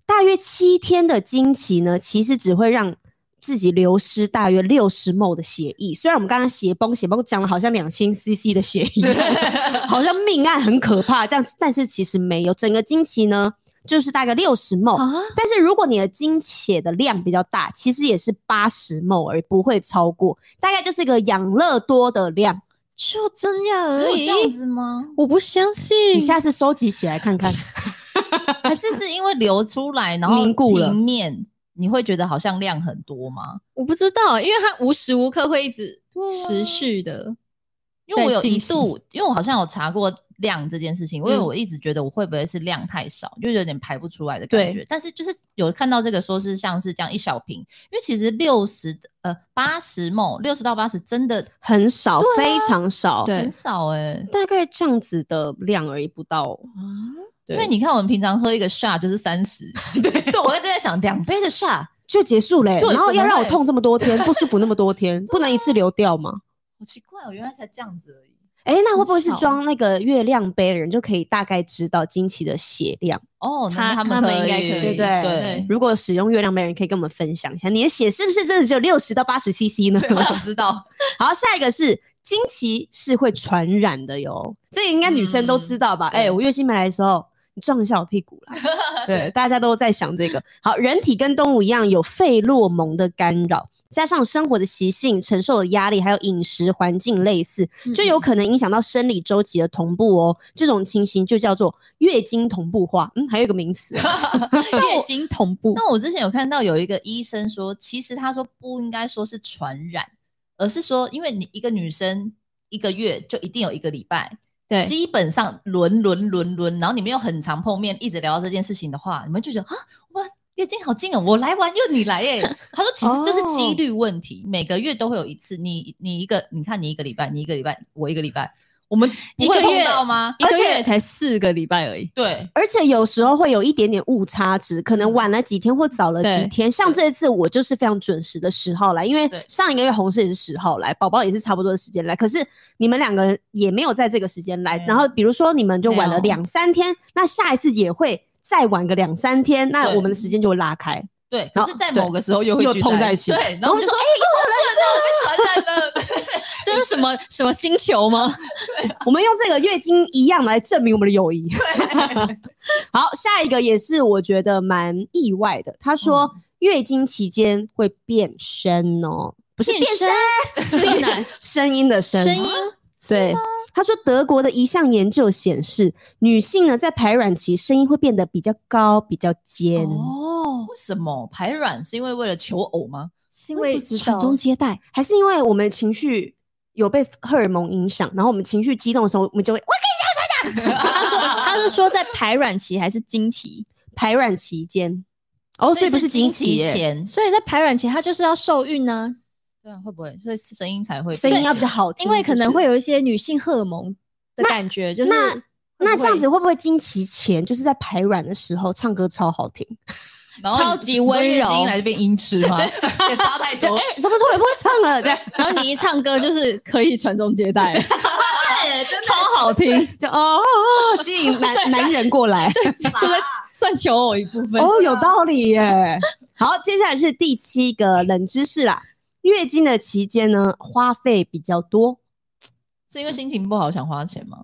[SPEAKER 2] 大约七天的经期呢，其实只会让自己流失大约六十 ml 的血液。虽然我们刚刚血崩血崩讲了好像两千 CC 的血液，好像命案很可怕这样，但是其实没有，整个经期呢就是大概六十 ml。
[SPEAKER 3] 啊，
[SPEAKER 2] 但是如果你的经血的量比较大，其实也是八十 ml 而已不会超过，大概就是一个养乐多的量。
[SPEAKER 3] 就这样
[SPEAKER 1] 只
[SPEAKER 3] 而
[SPEAKER 1] 有
[SPEAKER 3] 已
[SPEAKER 1] 这，样子吗？ [LAUGHS]
[SPEAKER 3] 我不相信
[SPEAKER 2] 你。下次收集起来看看。
[SPEAKER 1] 还是是因为流出来，然后
[SPEAKER 2] 凝固了
[SPEAKER 1] 平面，你会觉得好像量很多吗？
[SPEAKER 3] 我不知道，因为它无时无刻会一直
[SPEAKER 1] 对啊
[SPEAKER 3] 持续的。
[SPEAKER 1] 因为我有
[SPEAKER 3] 在
[SPEAKER 1] 一
[SPEAKER 3] 进行
[SPEAKER 1] 度，因为我好像有查过量这件事情，因为
[SPEAKER 3] 嗯
[SPEAKER 1] 我一直觉得我会不会是量太少，就有点排不出来的感觉。但是就是有看到这个说是像是这样一小瓶，因为其实六十呃八十某六十到八十真的
[SPEAKER 2] 很少，非常少，
[SPEAKER 3] 对
[SPEAKER 1] 很少哎、欸。
[SPEAKER 2] 大概这样子的量而已，不到。
[SPEAKER 3] 啊
[SPEAKER 2] 对
[SPEAKER 1] 因为你看，我们平常喝一个 shot 就是三十，
[SPEAKER 3] [LAUGHS]
[SPEAKER 1] 对，对我会正在想两杯的 shot，
[SPEAKER 2] 就结束嘞、
[SPEAKER 1] 对
[SPEAKER 2] 然后
[SPEAKER 1] 怎么
[SPEAKER 2] 要让我
[SPEAKER 1] 会
[SPEAKER 2] 痛这么多天，不舒服那么多 [LAUGHS] 天，不能一次流掉吗？
[SPEAKER 1] 好奇怪哦，原来才这样子而已。
[SPEAKER 2] 哎、那会不会是
[SPEAKER 3] 很少
[SPEAKER 2] 装那个月亮杯的人就可以大概知道经期的血量？
[SPEAKER 1] 哦，那
[SPEAKER 3] 他
[SPEAKER 1] 他
[SPEAKER 3] 他
[SPEAKER 1] 们
[SPEAKER 3] 们应该可以
[SPEAKER 1] 对
[SPEAKER 2] 对
[SPEAKER 1] 对
[SPEAKER 3] 对，
[SPEAKER 2] 如果使用月亮杯的人可以跟我们分享一下，你的血是不是真的只有六十到八十 [LAUGHS] CC 呢？
[SPEAKER 1] 对我想知道，
[SPEAKER 2] 好，下一个是经期是会传染的哟，这个应该女生都知道吧？
[SPEAKER 1] 嗯
[SPEAKER 2] 哎、我月经没来的时候，你撞一下我屁股啦。对，大家都在想这个。好，人体跟动物一样有费洛蒙的干扰，加上生活的习性、承受的压力，还有饮食环境类似，就有可能影响到生理周期的同步哦。这种情形就叫做月经同步化。嗯，还有一个名词、啊，
[SPEAKER 3] 月经同步，
[SPEAKER 1] 那我之前有看到有一个医生说，其实他说不应该说是传染，而是说因为你一个女生一个月就一定有一个礼拜，
[SPEAKER 3] 对
[SPEAKER 1] 基本上轮轮轮轮，然后你们又很常碰面，一直聊到这件事情的话，你们就觉得啊，哇，月经好近哦，我来完又你来耶。他说其实这是几率问题，每个月都会有一次，你你一个，你看你一个礼拜，你一个礼拜，我一个礼拜，我们不会
[SPEAKER 3] 一个
[SPEAKER 1] 碰
[SPEAKER 3] 月
[SPEAKER 1] 到吗？
[SPEAKER 3] 一个月才四个礼拜而已。
[SPEAKER 1] 对，
[SPEAKER 2] 而且有时候会有一点点误差值，可能晚了几天或早了几
[SPEAKER 3] 对
[SPEAKER 2] 天。像这一次我就是非常准时的十号来，因为
[SPEAKER 1] 对
[SPEAKER 2] 上一个月红事也是十号来，宝宝也是差不多的时间来。可是你们两个人也没有在这个时间来
[SPEAKER 1] 没，有
[SPEAKER 2] 然后比如说你们就晚了
[SPEAKER 3] 没有
[SPEAKER 2] 两三天，那下一次也会再晚个两三天，那
[SPEAKER 1] 对
[SPEAKER 2] 我们的时间就会拉开。
[SPEAKER 1] 对，可
[SPEAKER 2] 然后
[SPEAKER 1] 是，在某个时候又会
[SPEAKER 2] 又
[SPEAKER 1] 聚
[SPEAKER 2] 碰在一起
[SPEAKER 1] 对，然后我们就说，哎、又来了，被传染了，
[SPEAKER 3] [LAUGHS] 这是什么什么星球吗？
[SPEAKER 2] 我们用这个月经一样来证明我们的友谊。好，下一个也是我觉得蛮意外的，他说月经期间会变声哦，不是变声，
[SPEAKER 3] 变男
[SPEAKER 2] 声音的声，
[SPEAKER 3] 声音
[SPEAKER 2] 对。他说，德国的一项研究显示，女性呢在排卵期声音会变得比较高、比较尖。
[SPEAKER 3] 哦，
[SPEAKER 1] 为什么排卵是因为为了求偶吗？
[SPEAKER 2] 是因
[SPEAKER 3] 因
[SPEAKER 2] 为
[SPEAKER 3] 传宗接代，
[SPEAKER 2] 还是因为我们情绪有被荷尔蒙影响，然后我们情绪激动的时候，我们就会哇
[SPEAKER 3] [LAUGHS] 他说他是说在排卵期还是经期？
[SPEAKER 2] 排卵期间，哦，所以不是
[SPEAKER 1] 经
[SPEAKER 2] 经期耶
[SPEAKER 1] 前，
[SPEAKER 3] 所以在排卵期，他就是要受孕呢、
[SPEAKER 1] 对啊，会不会？所以声音才会
[SPEAKER 2] 声音要比较好听，
[SPEAKER 3] 因为可能会
[SPEAKER 2] 有。
[SPEAKER 3] 有一些女性荷尔蒙的感觉，就是
[SPEAKER 2] 那
[SPEAKER 3] 会不
[SPEAKER 2] 那
[SPEAKER 3] 会
[SPEAKER 2] 这样子会不会经期前就是在排卵的时候唱歌超好听？
[SPEAKER 1] 然后你
[SPEAKER 3] 超级温柔
[SPEAKER 1] 你说月经来就变音痴吗？也差太
[SPEAKER 2] 就
[SPEAKER 1] 多。
[SPEAKER 2] [LAUGHS] 哎、怎么突然不会唱了？这样
[SPEAKER 3] 然后你一唱歌就是可以传宗接 [LAUGHS] 代，超好 [LAUGHS] 听，
[SPEAKER 2] [LAUGHS] 就哦，吸引男 [LAUGHS] 男人过来。
[SPEAKER 3] 就 [LAUGHS] 在算求偶一部分。
[SPEAKER 2] 哦，
[SPEAKER 1] 啊
[SPEAKER 2] 有道理耶。好，接下来是第七个冷知识啦。月经的期间呢，花费比较多。
[SPEAKER 1] 是因为心情不好想花钱吗？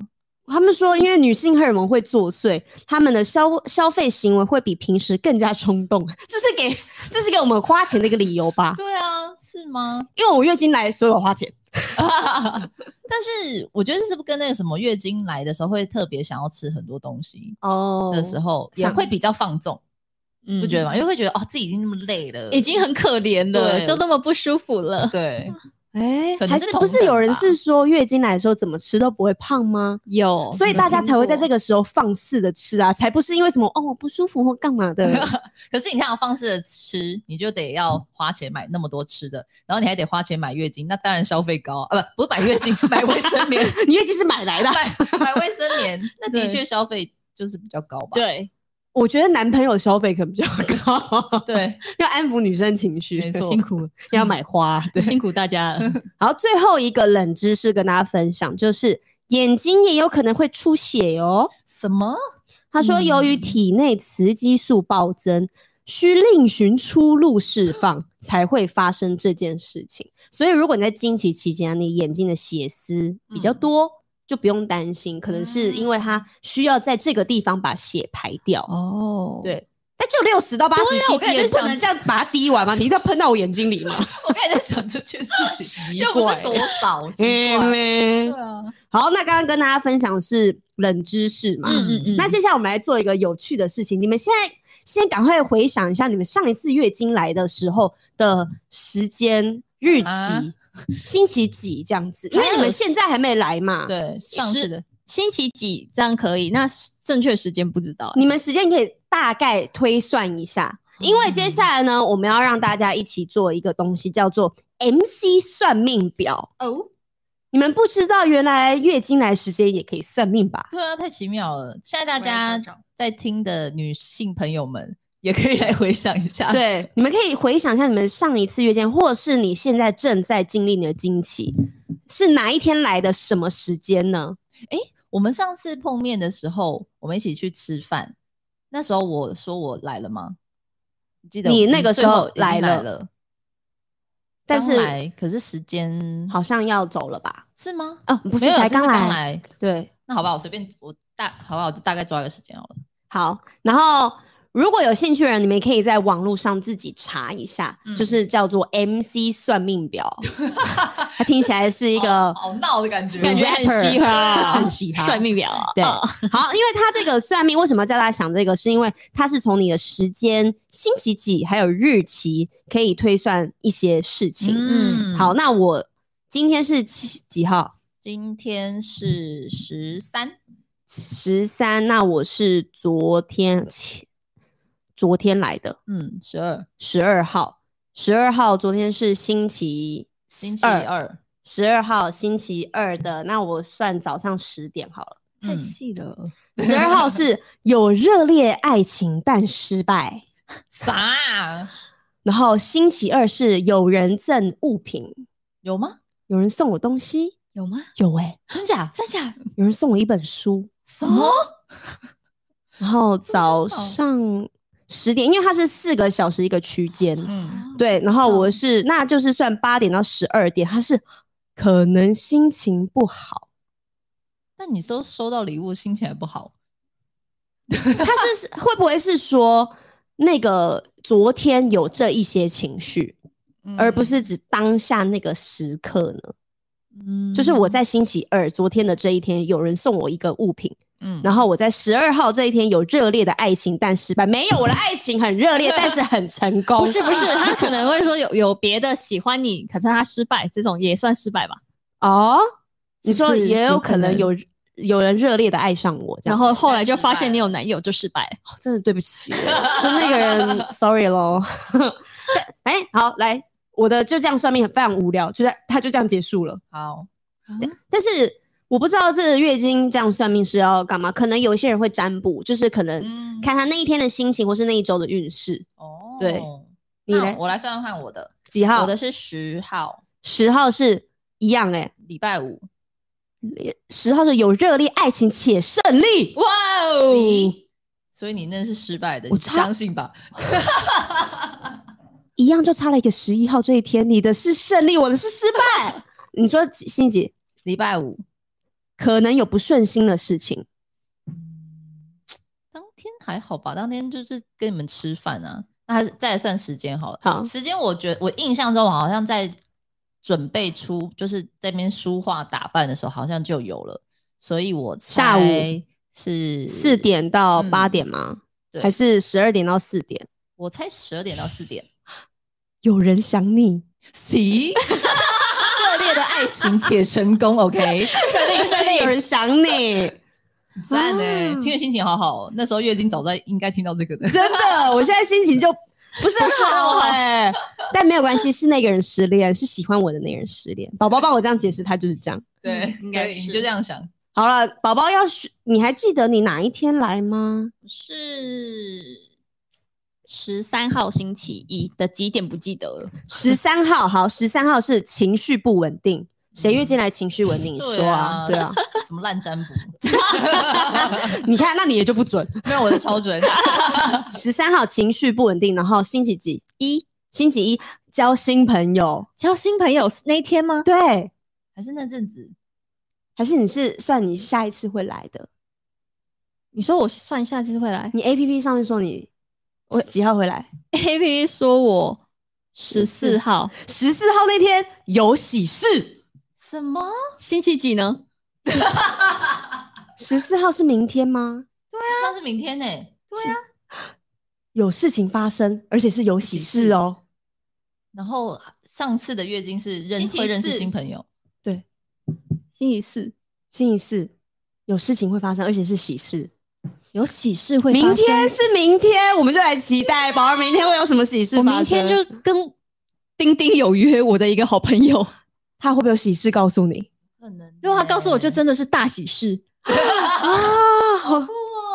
[SPEAKER 2] 他们说，因为女性荷尔蒙会作祟，她们的消消费行为会比平时更加冲动， [LAUGHS] 这是给这是给我们花钱的一个理由吧？
[SPEAKER 1] 对啊，是吗？
[SPEAKER 2] 因为我月经来，所以我花钱。
[SPEAKER 1] 但是我觉得这是不是跟那个什么月经来的时候会特别想要吃很多东西
[SPEAKER 2] 哦
[SPEAKER 1] 的时候，也
[SPEAKER 2] 想
[SPEAKER 1] 会比较放纵，
[SPEAKER 3] 嗯
[SPEAKER 1] 不觉得吗？因为会觉得哦，自己已经那么累了，
[SPEAKER 3] 已经很可怜了，
[SPEAKER 1] 对
[SPEAKER 3] 就那么不舒服了。
[SPEAKER 1] 对，
[SPEAKER 2] 哎、
[SPEAKER 1] 可能
[SPEAKER 2] 还
[SPEAKER 1] 是
[SPEAKER 2] 是
[SPEAKER 1] 同
[SPEAKER 2] 不是
[SPEAKER 1] 等
[SPEAKER 2] 有人
[SPEAKER 1] 吧
[SPEAKER 2] 是说月经来的时候怎么吃都不会胖吗？
[SPEAKER 1] 哦
[SPEAKER 3] 有，
[SPEAKER 2] 所以大家才会在这
[SPEAKER 3] 个
[SPEAKER 2] 个时候放肆的吃啊，才不是因为什么哦我不舒服或
[SPEAKER 1] [LAUGHS]
[SPEAKER 2] 干嘛的。
[SPEAKER 1] 可是你看，放肆的吃，你就得要花钱买那么多吃的，然后你还得花钱买月经，那当然消费高啊，不不是买月经， [LAUGHS] 买卫生棉，
[SPEAKER 2] 你月经是买来的啊，
[SPEAKER 1] 买买卫生棉，那的
[SPEAKER 3] 对
[SPEAKER 1] 确消费就是比较高吧。，
[SPEAKER 3] 对，
[SPEAKER 2] 我觉得男朋友消费可能比较高，
[SPEAKER 1] 对，
[SPEAKER 2] [LAUGHS] 要安抚女生情绪，
[SPEAKER 1] 没错嗯
[SPEAKER 2] 辛苦了，要买花。对，
[SPEAKER 3] 辛苦大家了。
[SPEAKER 2] 然后最后一个冷知识跟大家分享，就是眼睛也有可能会出血哦。
[SPEAKER 1] 什么？
[SPEAKER 2] 他说，由于
[SPEAKER 3] 嗯
[SPEAKER 2] 体内雌激素暴增，需另寻出路释放，才会发生这件事情。所以，如果你在经期期间啊，你眼睛的血丝比
[SPEAKER 1] 嗯
[SPEAKER 2] 较多，就不用担心，可能是因为它需要在这个地方把血排掉。
[SPEAKER 1] 哦，
[SPEAKER 2] 对但哎就六十到八十
[SPEAKER 1] 对啊我刚才
[SPEAKER 2] cc，也
[SPEAKER 1] 在想
[SPEAKER 2] 不能这样把它滴 [LAUGHS] 完吗？你一定要喷到我眼睛 [LAUGHS] 里吗？
[SPEAKER 1] 我刚才在想这件事情，
[SPEAKER 2] 奇
[SPEAKER 1] 又不是多 [LAUGHS] 少，奇怪，
[SPEAKER 2] 嗯
[SPEAKER 1] 对啊，
[SPEAKER 2] 好，那刚刚跟大家分享的是冷知识嘛，
[SPEAKER 3] 嗯嗯嗯
[SPEAKER 2] 那接下来我们来做一个有趣的事情，你们现在先赶快回想一下你们上一次月经来的时候的时间、日期、
[SPEAKER 1] 啊
[SPEAKER 2] [LAUGHS] 星期几这样子，因为
[SPEAKER 3] 还有
[SPEAKER 2] 你们现在还没来嘛，，
[SPEAKER 1] 对，上次的
[SPEAKER 3] 星期几这样可以？那正确时间不知道欸、
[SPEAKER 2] 你们时间可以大概推算一下，因为接下来呢，我们要让大家一起做一个东西，叫做 MC 算命表。
[SPEAKER 3] 哦，
[SPEAKER 2] 你们不知道，原来月经来时间也可以算命吧？
[SPEAKER 1] 对啊，太奇妙了！现在大
[SPEAKER 4] 我也想
[SPEAKER 1] 家
[SPEAKER 4] 找
[SPEAKER 1] 在听的女性朋友们，也可以来回想一 [LAUGHS] 下。，
[SPEAKER 2] 对，啊你们可以回想一下你们上一次月经，或者是你现在正在经历你的经期，是哪一天来的，什么时间呢？
[SPEAKER 1] 我们上次碰面的时候，我们一起去吃饭，那时候我说我来了吗？你记得
[SPEAKER 2] 你
[SPEAKER 1] 我
[SPEAKER 2] 那个
[SPEAKER 1] 最
[SPEAKER 2] 时
[SPEAKER 1] 后
[SPEAKER 2] 候
[SPEAKER 1] 已经来
[SPEAKER 2] 来了
[SPEAKER 1] 了，
[SPEAKER 2] 但
[SPEAKER 1] 刚
[SPEAKER 2] 是
[SPEAKER 1] 来可是时间
[SPEAKER 2] 好像要走了吧？
[SPEAKER 1] 是吗？
[SPEAKER 2] 啊，不是
[SPEAKER 1] 哦没有
[SPEAKER 2] 才
[SPEAKER 1] 这是
[SPEAKER 2] 来，
[SPEAKER 1] 刚来。
[SPEAKER 2] 对，
[SPEAKER 1] 那好吧，我随便我大好吧，我就大概抓个时间好了。
[SPEAKER 2] 好。然后如果有兴趣的人，你们可以在网络上自己查一下，
[SPEAKER 1] 嗯
[SPEAKER 2] 就是叫做 MC 算命
[SPEAKER 1] [LAUGHS]
[SPEAKER 2] 表，它听起来是一个
[SPEAKER 1] 好好闹的感觉，
[SPEAKER 3] 感觉很嘻 [LAUGHS] 哈，
[SPEAKER 2] 很嘻哈
[SPEAKER 3] 算命表啊，
[SPEAKER 2] 对，
[SPEAKER 3] 哦
[SPEAKER 2] 好，因为它这个算命为什么要叫大家想这个？是因为它是从你的时间、星期几还有日期可以推算一些事情。
[SPEAKER 1] 嗯，
[SPEAKER 2] 好，，那我今天是七几号？
[SPEAKER 1] 今天是十三，
[SPEAKER 2] 十三。那我是昨天七，昨天来的
[SPEAKER 1] 嗯，十二，
[SPEAKER 2] 十二号。十二号，昨天是星期
[SPEAKER 1] 星期二，
[SPEAKER 2] 十二号星期二的，那我算早上十点好了。
[SPEAKER 1] 嗯。
[SPEAKER 3] 细了。
[SPEAKER 2] 十二号是有热烈爱情但失败。
[SPEAKER 1] 啥、啊？
[SPEAKER 2] 然后星期二是有人赠物品，
[SPEAKER 1] 有吗？
[SPEAKER 2] 有人送我东西，
[SPEAKER 3] 有吗？
[SPEAKER 2] 有诶、
[SPEAKER 1] 真假？
[SPEAKER 3] 真假？
[SPEAKER 2] 有人送我一本书。
[SPEAKER 1] 什么？
[SPEAKER 2] 然后早
[SPEAKER 1] 真的哦
[SPEAKER 2] 上十点，因为它是四个小时一个区间，
[SPEAKER 1] 嗯，
[SPEAKER 2] 对。然后我是那就是算八点到十二点，它是可能心情不好，
[SPEAKER 1] 那你收收到礼物心情还不好？
[SPEAKER 2] 它是会不会是说那个昨天有这一些情绪，而不是指当下那个时刻呢？
[SPEAKER 1] 嗯，
[SPEAKER 2] 就是我在星期二昨天的这一天，有人送我一个物品。
[SPEAKER 1] 嗯，
[SPEAKER 2] 然后我在十二号这一天有热烈的爱情，但失败。没有，我的爱情很热烈，但是很成功。
[SPEAKER 3] 不是不是，他可能会说有 [LAUGHS] 有别的喜欢你，可是他失败，这种也算失败吧。
[SPEAKER 2] 哦，你
[SPEAKER 3] 是不
[SPEAKER 2] 说
[SPEAKER 3] 是
[SPEAKER 2] 也
[SPEAKER 3] 有
[SPEAKER 2] 有
[SPEAKER 3] 可
[SPEAKER 2] 可能
[SPEAKER 3] 能
[SPEAKER 2] 有有人热烈的爱上我，这
[SPEAKER 3] 然
[SPEAKER 2] 样
[SPEAKER 3] 后后来
[SPEAKER 1] 失
[SPEAKER 3] 就
[SPEAKER 1] 败
[SPEAKER 3] 发现你有男友就失败了。
[SPEAKER 2] 哦真的对不起，就那个人 [LAUGHS] ，sorry 咯。哎、好，来，我的就这样算命很非常无聊，就在他就这样结束了。
[SPEAKER 1] 好，
[SPEAKER 2] 但是我不知道这月经这样算命是要干嘛，可能有一些人会占卜，就是可能
[SPEAKER 1] 嗯，
[SPEAKER 2] 看他那一天的心情或是那一周的运势。
[SPEAKER 1] 哦，
[SPEAKER 2] 对你
[SPEAKER 1] 那
[SPEAKER 2] 呢？
[SPEAKER 1] 我来算算看我的，
[SPEAKER 2] 几号？
[SPEAKER 1] 我的是十号，
[SPEAKER 2] 十号是一样哎、
[SPEAKER 1] 礼拜五，
[SPEAKER 2] 十号是有热烈爱情且胜利。
[SPEAKER 3] 哇哦
[SPEAKER 1] 所以你那是失败的，
[SPEAKER 2] 嗯我
[SPEAKER 1] 你
[SPEAKER 2] 差
[SPEAKER 1] 相信吧？
[SPEAKER 2] 一样就差了一个十一号这一天，你的是胜利，我的是失败。 [LAUGHS] 你说几心姐
[SPEAKER 1] 礼拜五，
[SPEAKER 2] 可能有不顺心的事情，
[SPEAKER 1] 当天还好吧？当天就是跟你们吃饭啊。那还是再来算时间好了。
[SPEAKER 2] 好
[SPEAKER 1] 时间我觉得我印象中我好像在准备出，就是在那边梳化打扮的时候，好像就有了。所以我
[SPEAKER 2] 下午
[SPEAKER 1] 猜是
[SPEAKER 2] 四，点到
[SPEAKER 1] 嗯
[SPEAKER 2] 八点吗？
[SPEAKER 1] 对
[SPEAKER 2] 还是十二点到四点？
[SPEAKER 1] 我猜十二点到四点。
[SPEAKER 2] 有人想你，
[SPEAKER 1] 行，热烈的爱情且成功，OK，
[SPEAKER 2] 胜利胜利， [LAUGHS] 有人想你，
[SPEAKER 1] [LAUGHS] 赞呢、
[SPEAKER 2] 啊
[SPEAKER 1] 听着心情好好哦。那时候月经早在应该听嗯到这个的，
[SPEAKER 2] 真的，我现在心情就不是很好哎、但没有关系，是那个人失恋，是喜欢我的那个人失恋。宝宝帮我这样解释，他就是这样。
[SPEAKER 1] 对，
[SPEAKER 3] 应该
[SPEAKER 1] 可以你
[SPEAKER 3] 是
[SPEAKER 1] 就这样想。
[SPEAKER 2] 好了，宝宝要学，你还记得你哪一天来吗？
[SPEAKER 3] 是十三号星期一的几点不记得了？
[SPEAKER 2] 十三号，好，十三号是情绪不稳定，谁月经来情绪稳定？你说啊，对啊，，
[SPEAKER 1] 什么烂占卜？
[SPEAKER 2] 你看，那你也就不准。
[SPEAKER 1] [LAUGHS] 没有我的超准，
[SPEAKER 2] 十三号情绪不稳定，然后星期几？一，星期一交新朋友，
[SPEAKER 3] 交新朋友那一天吗？
[SPEAKER 2] 对，
[SPEAKER 1] [LAUGHS] 还是那阵子
[SPEAKER 2] 还是你是算你下一次会来的？
[SPEAKER 3] 你说我算一下次会来
[SPEAKER 2] 你 A P P 上面说你我几号回来？
[SPEAKER 3] ，A P 说我十四
[SPEAKER 2] 14
[SPEAKER 3] 号，
[SPEAKER 2] 十四号那天有喜事，
[SPEAKER 1] 什么？
[SPEAKER 3] 星期几呢？
[SPEAKER 2] 十四号是明天吗？
[SPEAKER 1] 对啊，上是明天呢、
[SPEAKER 2] 有事情发生，而且是有喜事哦。
[SPEAKER 1] 然后上次的月经是认
[SPEAKER 3] 星期
[SPEAKER 1] 会认识
[SPEAKER 3] 四
[SPEAKER 1] 新朋友，
[SPEAKER 3] 星期四
[SPEAKER 2] 星期四有事情会发生，而且是喜事。
[SPEAKER 3] 有喜事会发生
[SPEAKER 2] 明天是明天，我们就来期待宝儿明天会有什么喜事
[SPEAKER 3] 我
[SPEAKER 2] 发生。
[SPEAKER 3] 明天就跟丁丁有约，我的一个好朋友。
[SPEAKER 2] 他会不会有喜事告诉你
[SPEAKER 1] 可能、
[SPEAKER 3] [LAUGHS]
[SPEAKER 1] 欸
[SPEAKER 3] 如果他告诉我，就真的是大喜事。
[SPEAKER 2] 啊？好
[SPEAKER 1] 酷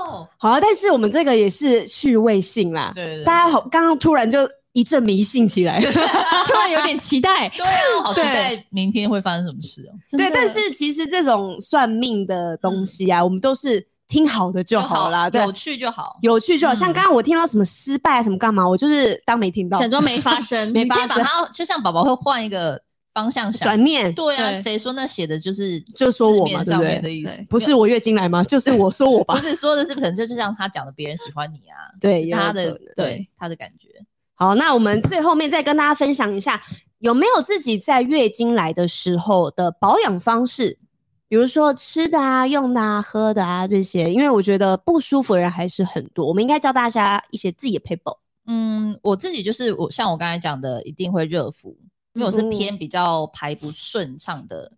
[SPEAKER 1] 哦。
[SPEAKER 2] 好啊，但是我们这个也是趣味性啦。
[SPEAKER 1] 对对对
[SPEAKER 2] 大家好，刚刚突然就一阵迷信起 [LAUGHS] 来。
[SPEAKER 3] [LAUGHS] 突然有点期待。
[SPEAKER 1] 对啊，我好期
[SPEAKER 2] 对
[SPEAKER 1] 待明天会发生什么事哦。
[SPEAKER 3] 真的
[SPEAKER 2] 对，但是其实这种算命的东西啊，我们都是听好的就好啦，对，
[SPEAKER 1] 有趣就好。
[SPEAKER 2] 有趣就好。
[SPEAKER 1] 嗯
[SPEAKER 2] 像刚刚我听到什么失败啊，什么干嘛，我就是当没听到，
[SPEAKER 3] 假 [LAUGHS] 装没发生，
[SPEAKER 2] 没发
[SPEAKER 1] 你可以把
[SPEAKER 2] 生
[SPEAKER 1] 它就像宝宝会换一个方向想。
[SPEAKER 2] 转念
[SPEAKER 1] 对啊，
[SPEAKER 3] 对
[SPEAKER 1] 谁说那写的就是
[SPEAKER 2] 就说我嘛，
[SPEAKER 1] 字面
[SPEAKER 2] 对不
[SPEAKER 1] 上面的
[SPEAKER 2] 对？
[SPEAKER 1] 意思
[SPEAKER 3] 对？
[SPEAKER 2] 不是我月经来吗？就是我说我
[SPEAKER 1] 不
[SPEAKER 2] 吧。
[SPEAKER 1] 是说的是，可能就是像他讲的，别人喜欢你啊，
[SPEAKER 2] 对
[SPEAKER 1] 是
[SPEAKER 2] 有
[SPEAKER 1] 他
[SPEAKER 2] 可
[SPEAKER 1] 的
[SPEAKER 2] 能对
[SPEAKER 1] 对他的感觉。
[SPEAKER 2] 好，那我们最后面再跟大家分享一下，有没有自己在月经来的时候的保养方式？比如说吃的啊、用的啊、喝的啊这些，因为我觉得不舒服的人还是很多，我们应该教大家一些自己的 paper。
[SPEAKER 1] 嗯，我自己就是我像我刚才讲的，一定会热敷，因为我是
[SPEAKER 2] 嗯
[SPEAKER 1] 偏比较排不顺畅的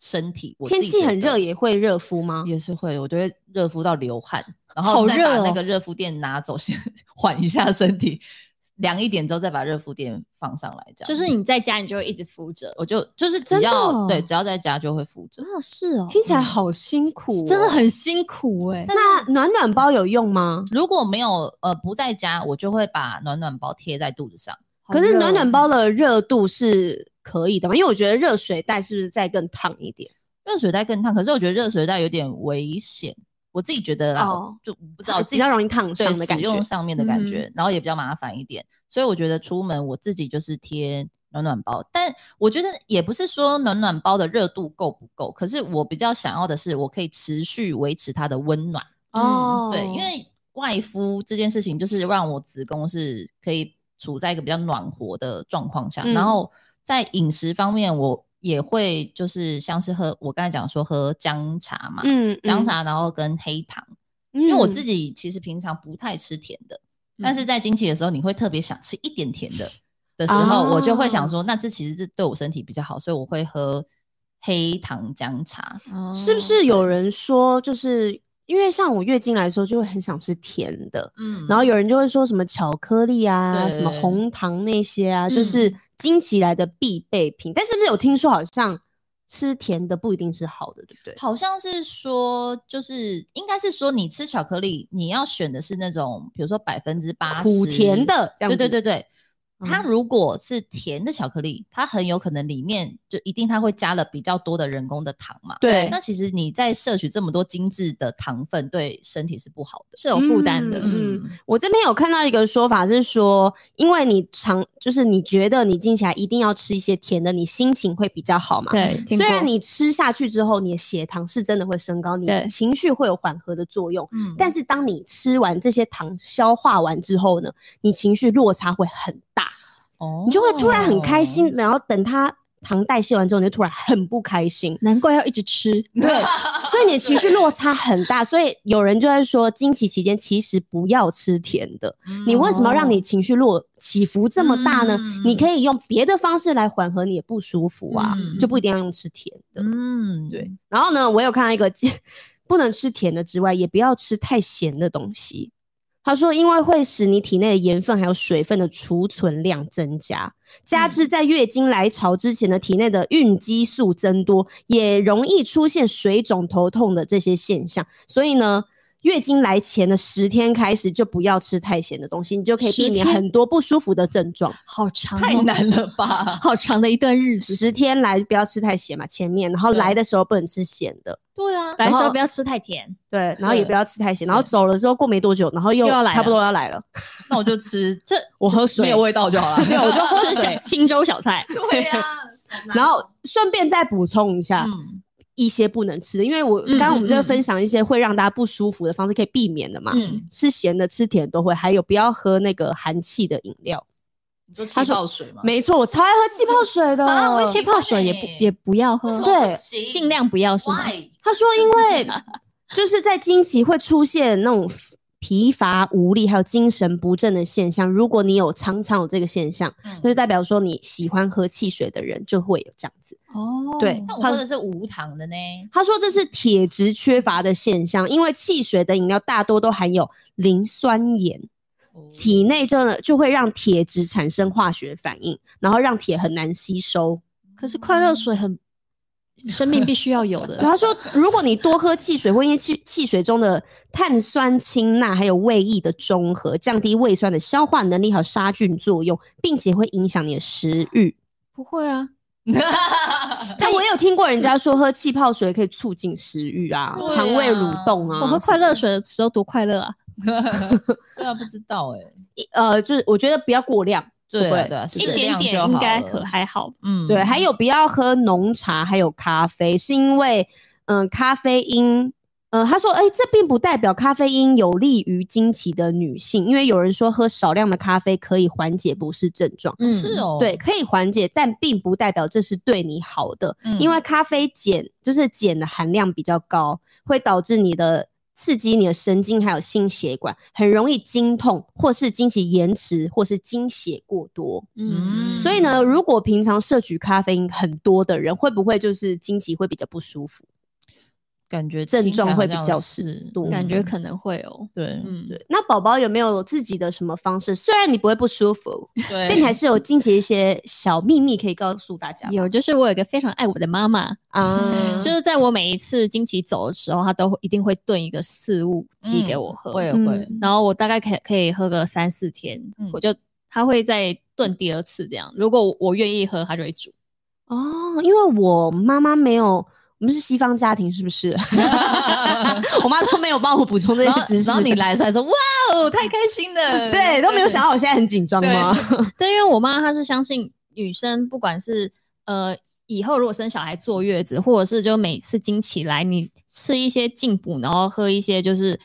[SPEAKER 1] 身体。我自己
[SPEAKER 2] 天气
[SPEAKER 1] 觉
[SPEAKER 2] 很
[SPEAKER 1] 得
[SPEAKER 2] 热也会热敷吗？
[SPEAKER 1] 也是会，我就会热敷到流汗，然
[SPEAKER 3] 好
[SPEAKER 1] 后再把
[SPEAKER 3] 热哦
[SPEAKER 1] 那个热敷垫拿走，先 [LAUGHS] 缓一下身体，凉一点之后再把热敷垫放上来，这样
[SPEAKER 3] [LAUGHS] 就是你在家你就会一直敷着。
[SPEAKER 1] 我就就是只
[SPEAKER 2] 真的
[SPEAKER 1] 要、
[SPEAKER 2] 哦
[SPEAKER 1] 对，只要在家就会敷着。
[SPEAKER 3] 啊，是哦
[SPEAKER 2] 听起来好辛苦、
[SPEAKER 1] 哦
[SPEAKER 3] 真的。很辛苦哎、
[SPEAKER 2] 那暖暖包有用吗？
[SPEAKER 1] 如果没有呃不在家，我就会把暖暖包贴在肚子上。
[SPEAKER 2] 可是暖
[SPEAKER 1] 哦
[SPEAKER 2] 暖包的热度是可以的嘛？因为我觉得热水袋是不是再更烫一点？
[SPEAKER 1] 热水袋更烫，可是我觉得热水袋有点危险，我自己觉得啦，
[SPEAKER 2] 哦
[SPEAKER 1] 就不知道自己
[SPEAKER 2] 比较容易烫
[SPEAKER 1] 对
[SPEAKER 2] 伤的
[SPEAKER 1] 使
[SPEAKER 2] 感觉
[SPEAKER 1] 用上面的感
[SPEAKER 3] 嗯
[SPEAKER 1] 觉，然后也比较麻烦一点，所以我觉得出门我自己就是贴暖暖包，但我觉得也不是说暖暖包的热度够不够，可是我比较想要的是我可以持续维持它的温暖，嗯
[SPEAKER 2] 哦
[SPEAKER 1] 对，因为外敷这件事情就是让我子宫是可以处在一个比较暖和的状况下，
[SPEAKER 2] 嗯
[SPEAKER 1] 然后在饮食方面我。也会就是像是喝我刚才讲说喝姜茶嘛，
[SPEAKER 2] 嗯
[SPEAKER 1] 姜，茶然后跟黑糖，
[SPEAKER 2] 因
[SPEAKER 1] 因为我自己其实平常不太吃甜的，但
[SPEAKER 2] 嗯
[SPEAKER 1] 是在经期的时候，你会特别想吃一点甜的的时候，我就会想
[SPEAKER 2] 哦
[SPEAKER 1] 说，那这其实是对我身体比较好，所以我会喝黑糖姜茶。
[SPEAKER 3] 哦
[SPEAKER 2] 是不是有人说，就是因为像我月经来的时候，就会很想吃甜的，
[SPEAKER 1] 嗯
[SPEAKER 2] 然后有人就会说什么巧克力啊、
[SPEAKER 1] 对
[SPEAKER 2] 什么红糖那些啊，
[SPEAKER 3] 嗯
[SPEAKER 2] 就是经期来的必备品。但是不是有听说好像吃甜的不一定是好的，对不对？
[SPEAKER 1] 好像是说，就是应该是说，你吃巧克力，你要选的是那种，比如说百分之八十
[SPEAKER 2] 苦甜的这样
[SPEAKER 1] 对对
[SPEAKER 2] 子
[SPEAKER 1] 对对。它
[SPEAKER 2] 嗯
[SPEAKER 1] 如果是甜的巧克力，它很有可能里面就一定它会加了比较多的人工的糖
[SPEAKER 3] 哦
[SPEAKER 1] 嘛。
[SPEAKER 2] 对
[SPEAKER 1] 那其实你在摄取这么多精致的糖分，对身体是不好的。
[SPEAKER 3] 是有负担的？
[SPEAKER 2] 嗯
[SPEAKER 3] 嗯
[SPEAKER 2] 我这边有看到一个说法是说，因为你常就是你觉得你经期来一定要吃一些甜的，你心情会比较好嘛。
[SPEAKER 3] 对，听
[SPEAKER 2] 虽然
[SPEAKER 3] 过
[SPEAKER 2] 你吃下去之后，你的血糖是真的会升高，你
[SPEAKER 3] 对，
[SPEAKER 2] 情绪会有缓和的作用。
[SPEAKER 1] 嗯
[SPEAKER 2] 但是当你吃完这些糖消化完之后呢，你情绪落差会很大，
[SPEAKER 1] 哦
[SPEAKER 2] 你就会突然很开心，，然后等它糖代谢完之后，你就突然很不
[SPEAKER 1] [LAUGHS]
[SPEAKER 2] 开心
[SPEAKER 3] 难怪要一直吃。
[SPEAKER 2] 对，所以你的情绪落差很大。所以有人就会说，经期期间其实不要吃甜的，你为什么要让你情绪落起伏这么大呢？
[SPEAKER 1] 嗯
[SPEAKER 2] 你可以用别的方式来缓和你的不舒服啊，
[SPEAKER 1] 嗯
[SPEAKER 2] 就不一定要用吃甜的。
[SPEAKER 1] 嗯，
[SPEAKER 2] 对，然 [LAUGHS] 后呢，我有看到一个不能吃甜的之外，也不要吃太咸的东西。他说，因为会使你体内的盐分还有水分的储存量增加，加之在月经来潮之前的体内的孕激素增多，也容易出现水肿、头痛的这些现象。所以呢，月经来前的十天开始就不要吃太咸的东西，你就可以避
[SPEAKER 3] 10
[SPEAKER 2] 免
[SPEAKER 3] 天
[SPEAKER 2] 很多不舒服的症状。
[SPEAKER 3] 好长、哦
[SPEAKER 1] 太，难了吧？
[SPEAKER 3] 好长的一段日子。
[SPEAKER 2] 十天来不要吃太咸嘛，前面，然后
[SPEAKER 1] 对
[SPEAKER 2] 来的时候不能吃咸的。
[SPEAKER 1] 对啊，
[SPEAKER 3] 来
[SPEAKER 2] 然
[SPEAKER 3] 说
[SPEAKER 2] 后
[SPEAKER 3] 不要吃太甜，
[SPEAKER 2] 对，然后也
[SPEAKER 1] 对
[SPEAKER 2] 不要吃太咸，然后
[SPEAKER 1] 是
[SPEAKER 2] 走了之后过没多久，然后又
[SPEAKER 3] 又要来
[SPEAKER 2] 差不
[SPEAKER 3] 了
[SPEAKER 2] 多要来了，
[SPEAKER 1] 那我就吃这
[SPEAKER 2] 我喝水
[SPEAKER 1] 没有味道就
[SPEAKER 2] [LAUGHS]
[SPEAKER 1] 好了。对，我就喝
[SPEAKER 3] 吃小
[SPEAKER 1] 水。
[SPEAKER 3] [LAUGHS] 青州小菜。
[SPEAKER 1] 对 [LAUGHS] 啊，
[SPEAKER 2] 然后顺便再补充一下
[SPEAKER 1] 嗯
[SPEAKER 2] 一些不能吃的，因为我刚刚我们就
[SPEAKER 3] 嗯
[SPEAKER 2] 会
[SPEAKER 3] 嗯
[SPEAKER 2] 分享一些会让大家不舒服的方式可以避免的嘛，
[SPEAKER 1] 嗯，
[SPEAKER 2] 吃咸的、吃甜的都会，还有不要喝那个含气的饮料。
[SPEAKER 1] 你说气泡水吗？
[SPEAKER 2] 没错，我超爱喝气泡水的。
[SPEAKER 1] 啊我也喜
[SPEAKER 3] 气泡水也不
[SPEAKER 1] 对
[SPEAKER 3] 也不要喝
[SPEAKER 1] 为什，么
[SPEAKER 2] 对
[SPEAKER 1] 不行
[SPEAKER 3] 尽量不要是吗？
[SPEAKER 1] Why？
[SPEAKER 2] 他说，因为 [LAUGHS] 就是在经期会出现那种疲乏、无力，还有精神不振的现象。如果你有常常有这个现象，
[SPEAKER 1] 嗯
[SPEAKER 2] 那就代表说你喜欢喝汽水的人就会有这样子。
[SPEAKER 3] 哦
[SPEAKER 2] 对
[SPEAKER 1] 但我喝的是无糖的呢。
[SPEAKER 2] 他说这是铁质缺乏的现象，因为汽水的饮料大多都含有磷酸盐，
[SPEAKER 1] 哦
[SPEAKER 2] 体内就就会让铁质产生化学反应，然后让铁很难吸收。
[SPEAKER 3] 可是快乐水很，生命必须要有的
[SPEAKER 2] 然后他说，如果你多喝汽水，会因为汽汽水中的碳酸氢钠还有胃液的中和，降低胃酸的消化能力和杀菌作用，并且会影响你的食欲。
[SPEAKER 3] 不会啊，
[SPEAKER 2] 但我也有听过人家说喝气泡水可以促进食欲啊，
[SPEAKER 1] 对啊
[SPEAKER 2] 肠胃蠕动啊。
[SPEAKER 3] 我喝快乐水嗯的时候多快乐啊！
[SPEAKER 1] [LAUGHS] 对啊，不知道哎。
[SPEAKER 2] 呃，就是我觉得不要过量，
[SPEAKER 1] 对
[SPEAKER 2] 对
[SPEAKER 1] 啊对啊，
[SPEAKER 3] 一
[SPEAKER 1] 适
[SPEAKER 3] 点
[SPEAKER 1] 量
[SPEAKER 3] 点
[SPEAKER 1] 就
[SPEAKER 3] 应
[SPEAKER 1] 好
[SPEAKER 3] 该
[SPEAKER 1] 了
[SPEAKER 3] 可还好吧，
[SPEAKER 1] 嗯
[SPEAKER 2] 对，还有不要喝浓茶，还有咖啡，是因为嗯、呃咖啡因。呃，他说，哎、这并不代表咖啡因有利于经期的女性，因为有人说喝少量的咖啡可以缓解不适症状，
[SPEAKER 3] 嗯
[SPEAKER 1] 是哦，
[SPEAKER 2] 对，可以缓解，但并不代表这是对你好的，
[SPEAKER 1] 嗯，
[SPEAKER 2] 因为咖啡碱就是碱的含量比较高，会导致你的刺激你的神经还有心血管，很容易经痛，或是经期延迟，或是经血过多。
[SPEAKER 1] 嗯
[SPEAKER 2] 所以呢，如果平常摄取咖啡因很多的人，会不会就是经期会比较不舒服？
[SPEAKER 1] 感觉
[SPEAKER 2] 症
[SPEAKER 1] 听起来
[SPEAKER 2] 状
[SPEAKER 1] 好
[SPEAKER 2] 会比
[SPEAKER 1] 像
[SPEAKER 2] 较
[SPEAKER 1] 是
[SPEAKER 2] 多
[SPEAKER 3] 感觉可能会哦。
[SPEAKER 1] 对
[SPEAKER 3] 嗯，
[SPEAKER 2] 对，那宝宝有没有自己的什么方式？虽然你不会不舒服，
[SPEAKER 1] 对，
[SPEAKER 2] 但你还是有经期一些小秘密可以告诉大家吧。
[SPEAKER 3] 有，就是我有一个非常爱我的妈妈，
[SPEAKER 2] 啊，
[SPEAKER 1] 嗯
[SPEAKER 3] 就是在我每一次经期走的时候，她都会一定会炖一个四物鸡给嗯我喝，
[SPEAKER 1] 我也会 [LAUGHS]
[SPEAKER 2] 嗯
[SPEAKER 3] 然后我大概可以可以喝个三四天，
[SPEAKER 1] 嗯
[SPEAKER 3] 我就她会再炖第二次这样。如果我我愿意喝，她就会煮。
[SPEAKER 2] 哦，因为我妈妈没有，我们是西方家庭，是不是？ [LAUGHS] 我妈都没有帮我补充这
[SPEAKER 1] 然
[SPEAKER 2] 些
[SPEAKER 1] 后
[SPEAKER 2] 知识，
[SPEAKER 1] 然后你来的时候还说哇哦，太开心了，
[SPEAKER 2] [LAUGHS] 对都没有想到我现在很紧张吗？
[SPEAKER 3] 对，因为我妈她是相信女生，不管是呃以后如果生小孩坐月子，或者是就每次经期来，你吃一些进补，然后喝一些就是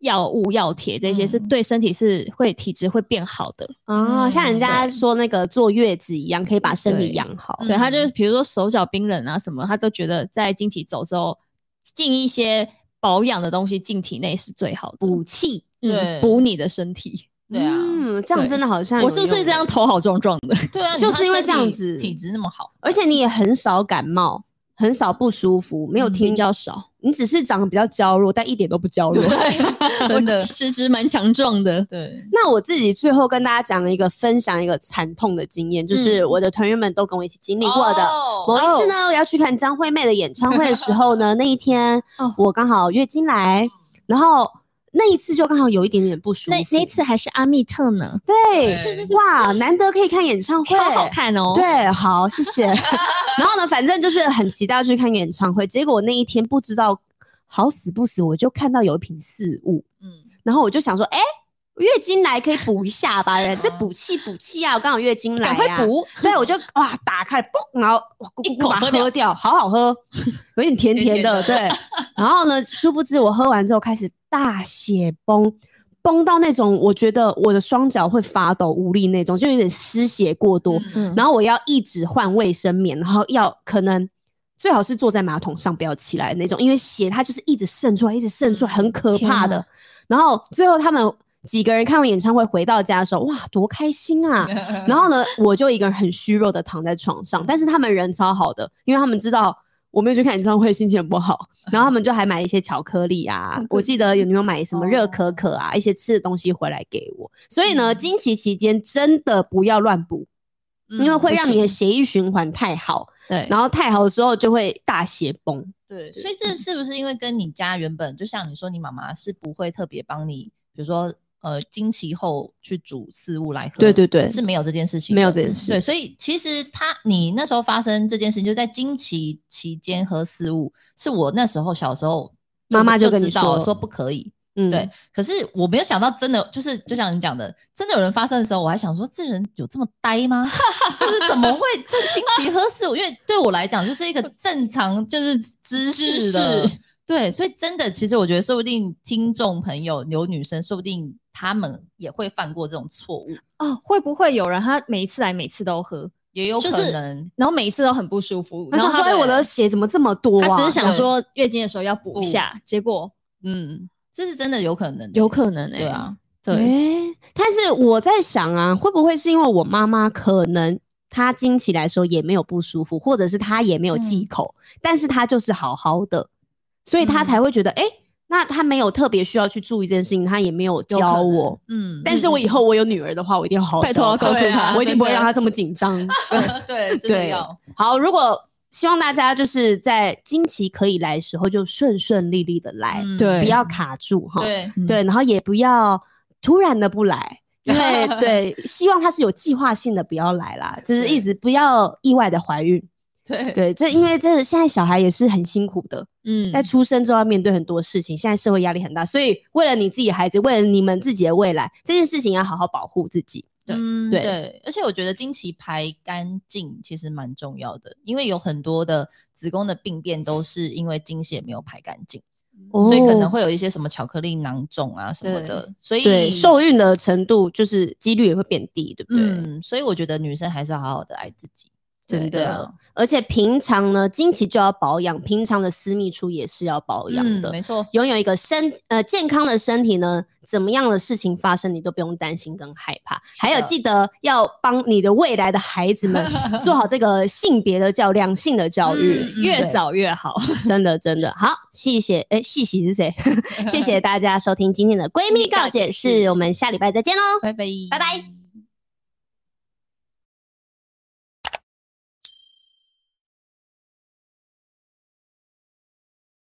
[SPEAKER 3] 药物药铁这些，是
[SPEAKER 1] 嗯
[SPEAKER 3] 对身体是会体质会变好的。
[SPEAKER 2] 啊、像人
[SPEAKER 1] 嗯
[SPEAKER 2] 家说那个坐月子一样，可以把身体
[SPEAKER 3] 对
[SPEAKER 2] 养好。
[SPEAKER 1] 嗯
[SPEAKER 3] 对，她就是比如说手脚冰冷啊什么，她都觉得在经期走之后进一些保养的东西进体内是最好的，
[SPEAKER 2] 补气，
[SPEAKER 3] 嗯
[SPEAKER 1] 对
[SPEAKER 3] 补你的身体。
[SPEAKER 1] 对啊，
[SPEAKER 2] 嗯，这样
[SPEAKER 3] 对
[SPEAKER 2] 真的好像有
[SPEAKER 3] 我是不是
[SPEAKER 2] 用
[SPEAKER 3] 这样
[SPEAKER 2] 欸？
[SPEAKER 3] 头好壮壮的？
[SPEAKER 1] 对啊，你
[SPEAKER 2] 就是
[SPEAKER 1] 看
[SPEAKER 2] 因为
[SPEAKER 1] 身
[SPEAKER 2] 这样
[SPEAKER 1] 体
[SPEAKER 2] 子
[SPEAKER 1] 体质那么好，
[SPEAKER 2] 而且你也很少感冒，很少不舒服，没有
[SPEAKER 1] 嗯
[SPEAKER 2] 听
[SPEAKER 3] 比
[SPEAKER 2] 教，
[SPEAKER 3] 较少，
[SPEAKER 2] 你只是长得比较娇弱，但一点都不娇弱。
[SPEAKER 1] 真的
[SPEAKER 3] [LAUGHS] 我体质蛮强壮的。
[SPEAKER 1] 对，
[SPEAKER 2] [LAUGHS] 那我自己最后跟大家讲一个分享一个惨痛的经验，就是
[SPEAKER 3] 嗯
[SPEAKER 2] 我的团员们都跟我一起经历过的。
[SPEAKER 1] 哦
[SPEAKER 2] 某一次呢，我要去看张惠妹的演唱会的时候呢，那一天
[SPEAKER 3] [LAUGHS] 哦嗯
[SPEAKER 2] 我刚好月经来，然后那一次就刚好有一点点不舒服
[SPEAKER 3] 那。那次还是阿密特呢，
[SPEAKER 2] 对，哇，难得可以看演唱会，
[SPEAKER 3] 超好看哦。
[SPEAKER 2] 对，好，谢谢。 [LAUGHS] 然后呢，反正就是很期待去看演唱会，结果那一天不知道好死不死，我就看到有一瓶四物，
[SPEAKER 1] 嗯，
[SPEAKER 2] 然后我就想说，哎、月经来可以补一下吧，人这补气补气啊！我刚好月经来、啊，
[SPEAKER 3] 赶快补，
[SPEAKER 2] 对，我就哇打开，嘣，然后哇咕咕
[SPEAKER 3] 一
[SPEAKER 2] 咕
[SPEAKER 3] 口
[SPEAKER 2] 把它
[SPEAKER 3] 喝掉
[SPEAKER 2] 喝掉，好好喝，有点甜甜的，对。然后呢，殊不知我喝完之后开始大血崩，崩到那种我觉得我的双脚会发抖无力那种，就有点失血过多。
[SPEAKER 1] 嗯
[SPEAKER 2] 然后我要一直换卫生棉，然后要可能最好是坐在马桶上不要起来那种，因为血它就是一直渗出来，一直渗出来，很可
[SPEAKER 3] 天
[SPEAKER 2] 怕的
[SPEAKER 3] 哪。
[SPEAKER 2] 然后最后他们几个人看完演唱会回到家的时候，哇，多开心
[SPEAKER 3] [LAUGHS]
[SPEAKER 2] 啊！
[SPEAKER 1] 然
[SPEAKER 2] 然后呢，我就一个人很虚弱的躺在床上，但是他们人超好的，因为他们知道我没有去看演唱会，心情不
[SPEAKER 3] [LAUGHS]
[SPEAKER 2] 好。然后他们就还买了一些巧克力啊，我记得有你们买什么
[SPEAKER 3] 哦
[SPEAKER 2] 热可可啊，一些吃的东西回来给我。所以
[SPEAKER 3] 嗯
[SPEAKER 2] 呢，经期期间真的不要乱补，因为
[SPEAKER 1] 嗯
[SPEAKER 2] 会让你的血液循环太好，
[SPEAKER 3] 嗯对，
[SPEAKER 2] 然后太好的时候就会大血崩。
[SPEAKER 1] 对，所以这是不是因为跟你家原本就像你说，你妈妈是不会特别帮你，比如说呃经期后去煮四物来喝，
[SPEAKER 2] 对对对
[SPEAKER 1] 是没有这件事情的，
[SPEAKER 2] 没有这件事
[SPEAKER 1] 对，所以其实他你那时候发生这件事情，就在经期期间喝四物，是我那时候小时候
[SPEAKER 2] 妈妈就
[SPEAKER 1] 就
[SPEAKER 2] 跟你
[SPEAKER 1] 知道
[SPEAKER 2] 说
[SPEAKER 1] 说不可以，
[SPEAKER 2] 嗯，
[SPEAKER 1] 对，可是我没有想到，真的就是就像你讲的，真的有人发生的时候，我还想说这人有这么呆吗？就是怎么会正经期喝四五？因为对我来讲，这是一个正常就是知识的
[SPEAKER 3] 知识。
[SPEAKER 1] 对，所以真的，其实我觉得，说不定听众朋友有女生，说不定她们也会犯过这种错误，
[SPEAKER 3] 哦，会不会有人他每一次来每次都喝，
[SPEAKER 1] 也有可
[SPEAKER 3] 就是
[SPEAKER 1] 能。
[SPEAKER 3] 然后每一次都很不舒服，
[SPEAKER 2] 他
[SPEAKER 3] 然后
[SPEAKER 2] 想说，
[SPEAKER 3] 他
[SPEAKER 2] 哎，我的血怎么这么多啊？
[SPEAKER 3] 他只是想
[SPEAKER 1] 对
[SPEAKER 3] 说月经的时候要补
[SPEAKER 1] 补
[SPEAKER 3] 一下，结果
[SPEAKER 1] 嗯，这是真的有可能的，
[SPEAKER 3] 有可能哎、
[SPEAKER 1] 对啊，
[SPEAKER 3] 对，
[SPEAKER 2] 诶但是我在想啊，会不会是因为我妈妈可能她经期来的时候也没有不舒服，或者是她也没有
[SPEAKER 3] 嗯
[SPEAKER 2] 忌口，但是她就是好好的，所以她
[SPEAKER 1] 嗯
[SPEAKER 2] 才会觉得，诶，那她没有特别需要去注意这件事情，她也没有教我。
[SPEAKER 1] 嗯，
[SPEAKER 2] 但是我以后我有女儿的话，我一定要好好
[SPEAKER 3] 拜托
[SPEAKER 2] 教
[SPEAKER 3] 要告诉
[SPEAKER 2] 对啊
[SPEAKER 3] 她
[SPEAKER 2] 我一定不会
[SPEAKER 1] 真的
[SPEAKER 2] 让她这么紧张。
[SPEAKER 1] [LAUGHS] 对，真的
[SPEAKER 2] 对
[SPEAKER 1] 要，
[SPEAKER 2] 好，如果希望大家就是在经期可以来的时候就顺顺利利的来，
[SPEAKER 1] 嗯
[SPEAKER 3] 对
[SPEAKER 2] 不要卡住哈。
[SPEAKER 1] 对，
[SPEAKER 3] 嗯
[SPEAKER 2] 对，然后也不要突然的不来，因为对，希望他是有计划性的不要来啦，就是一
[SPEAKER 1] 对
[SPEAKER 2] 直不要意外的怀孕。
[SPEAKER 1] 对，
[SPEAKER 2] 对，这因为真的现在小孩也是很辛苦的，
[SPEAKER 3] 嗯，
[SPEAKER 2] 在出生之后要面对很多事情，现在社会压力很大，所以为了你自己的孩子，为了你们自己的未来，这件事情要好好保护自己。
[SPEAKER 3] 对
[SPEAKER 1] 嗯
[SPEAKER 2] 对
[SPEAKER 1] 对，而且我觉得经期排干净其实蛮重要的，因为有很多的子宫的病变都是因为经血没有排干净，所以可能
[SPEAKER 2] 哦
[SPEAKER 1] 会有一些什么巧克力囊肿啊什么的，所
[SPEAKER 2] 对
[SPEAKER 1] 以
[SPEAKER 2] 受孕的程度就是几率也会变低，对不对？
[SPEAKER 1] 嗯，所以我觉得女生还是要好好的爱自己，
[SPEAKER 2] 真
[SPEAKER 1] 对
[SPEAKER 2] 的
[SPEAKER 1] 啊，
[SPEAKER 2] 而且平常呢，经期就要保养，平常的私密处也是要保养
[SPEAKER 1] 嗯
[SPEAKER 2] 的。，
[SPEAKER 1] 没错，
[SPEAKER 2] 拥有一个身呃健康的身体呢，怎么样的事情发生你都不用担心跟害怕。还有记得要帮你的未来的孩
[SPEAKER 1] [LAUGHS]
[SPEAKER 2] 子们做好这个性别的教良性的教育，
[SPEAKER 1] 嗯
[SPEAKER 3] 越
[SPEAKER 2] 对
[SPEAKER 3] 早越好。
[SPEAKER 2] 真的真的好。谢谢哎，谢谢是
[SPEAKER 1] [LAUGHS]
[SPEAKER 2] 谁？谢谢大家收听今天的闺蜜告解室，我们下礼拜再见喽。
[SPEAKER 1] 拜拜，
[SPEAKER 2] 拜拜。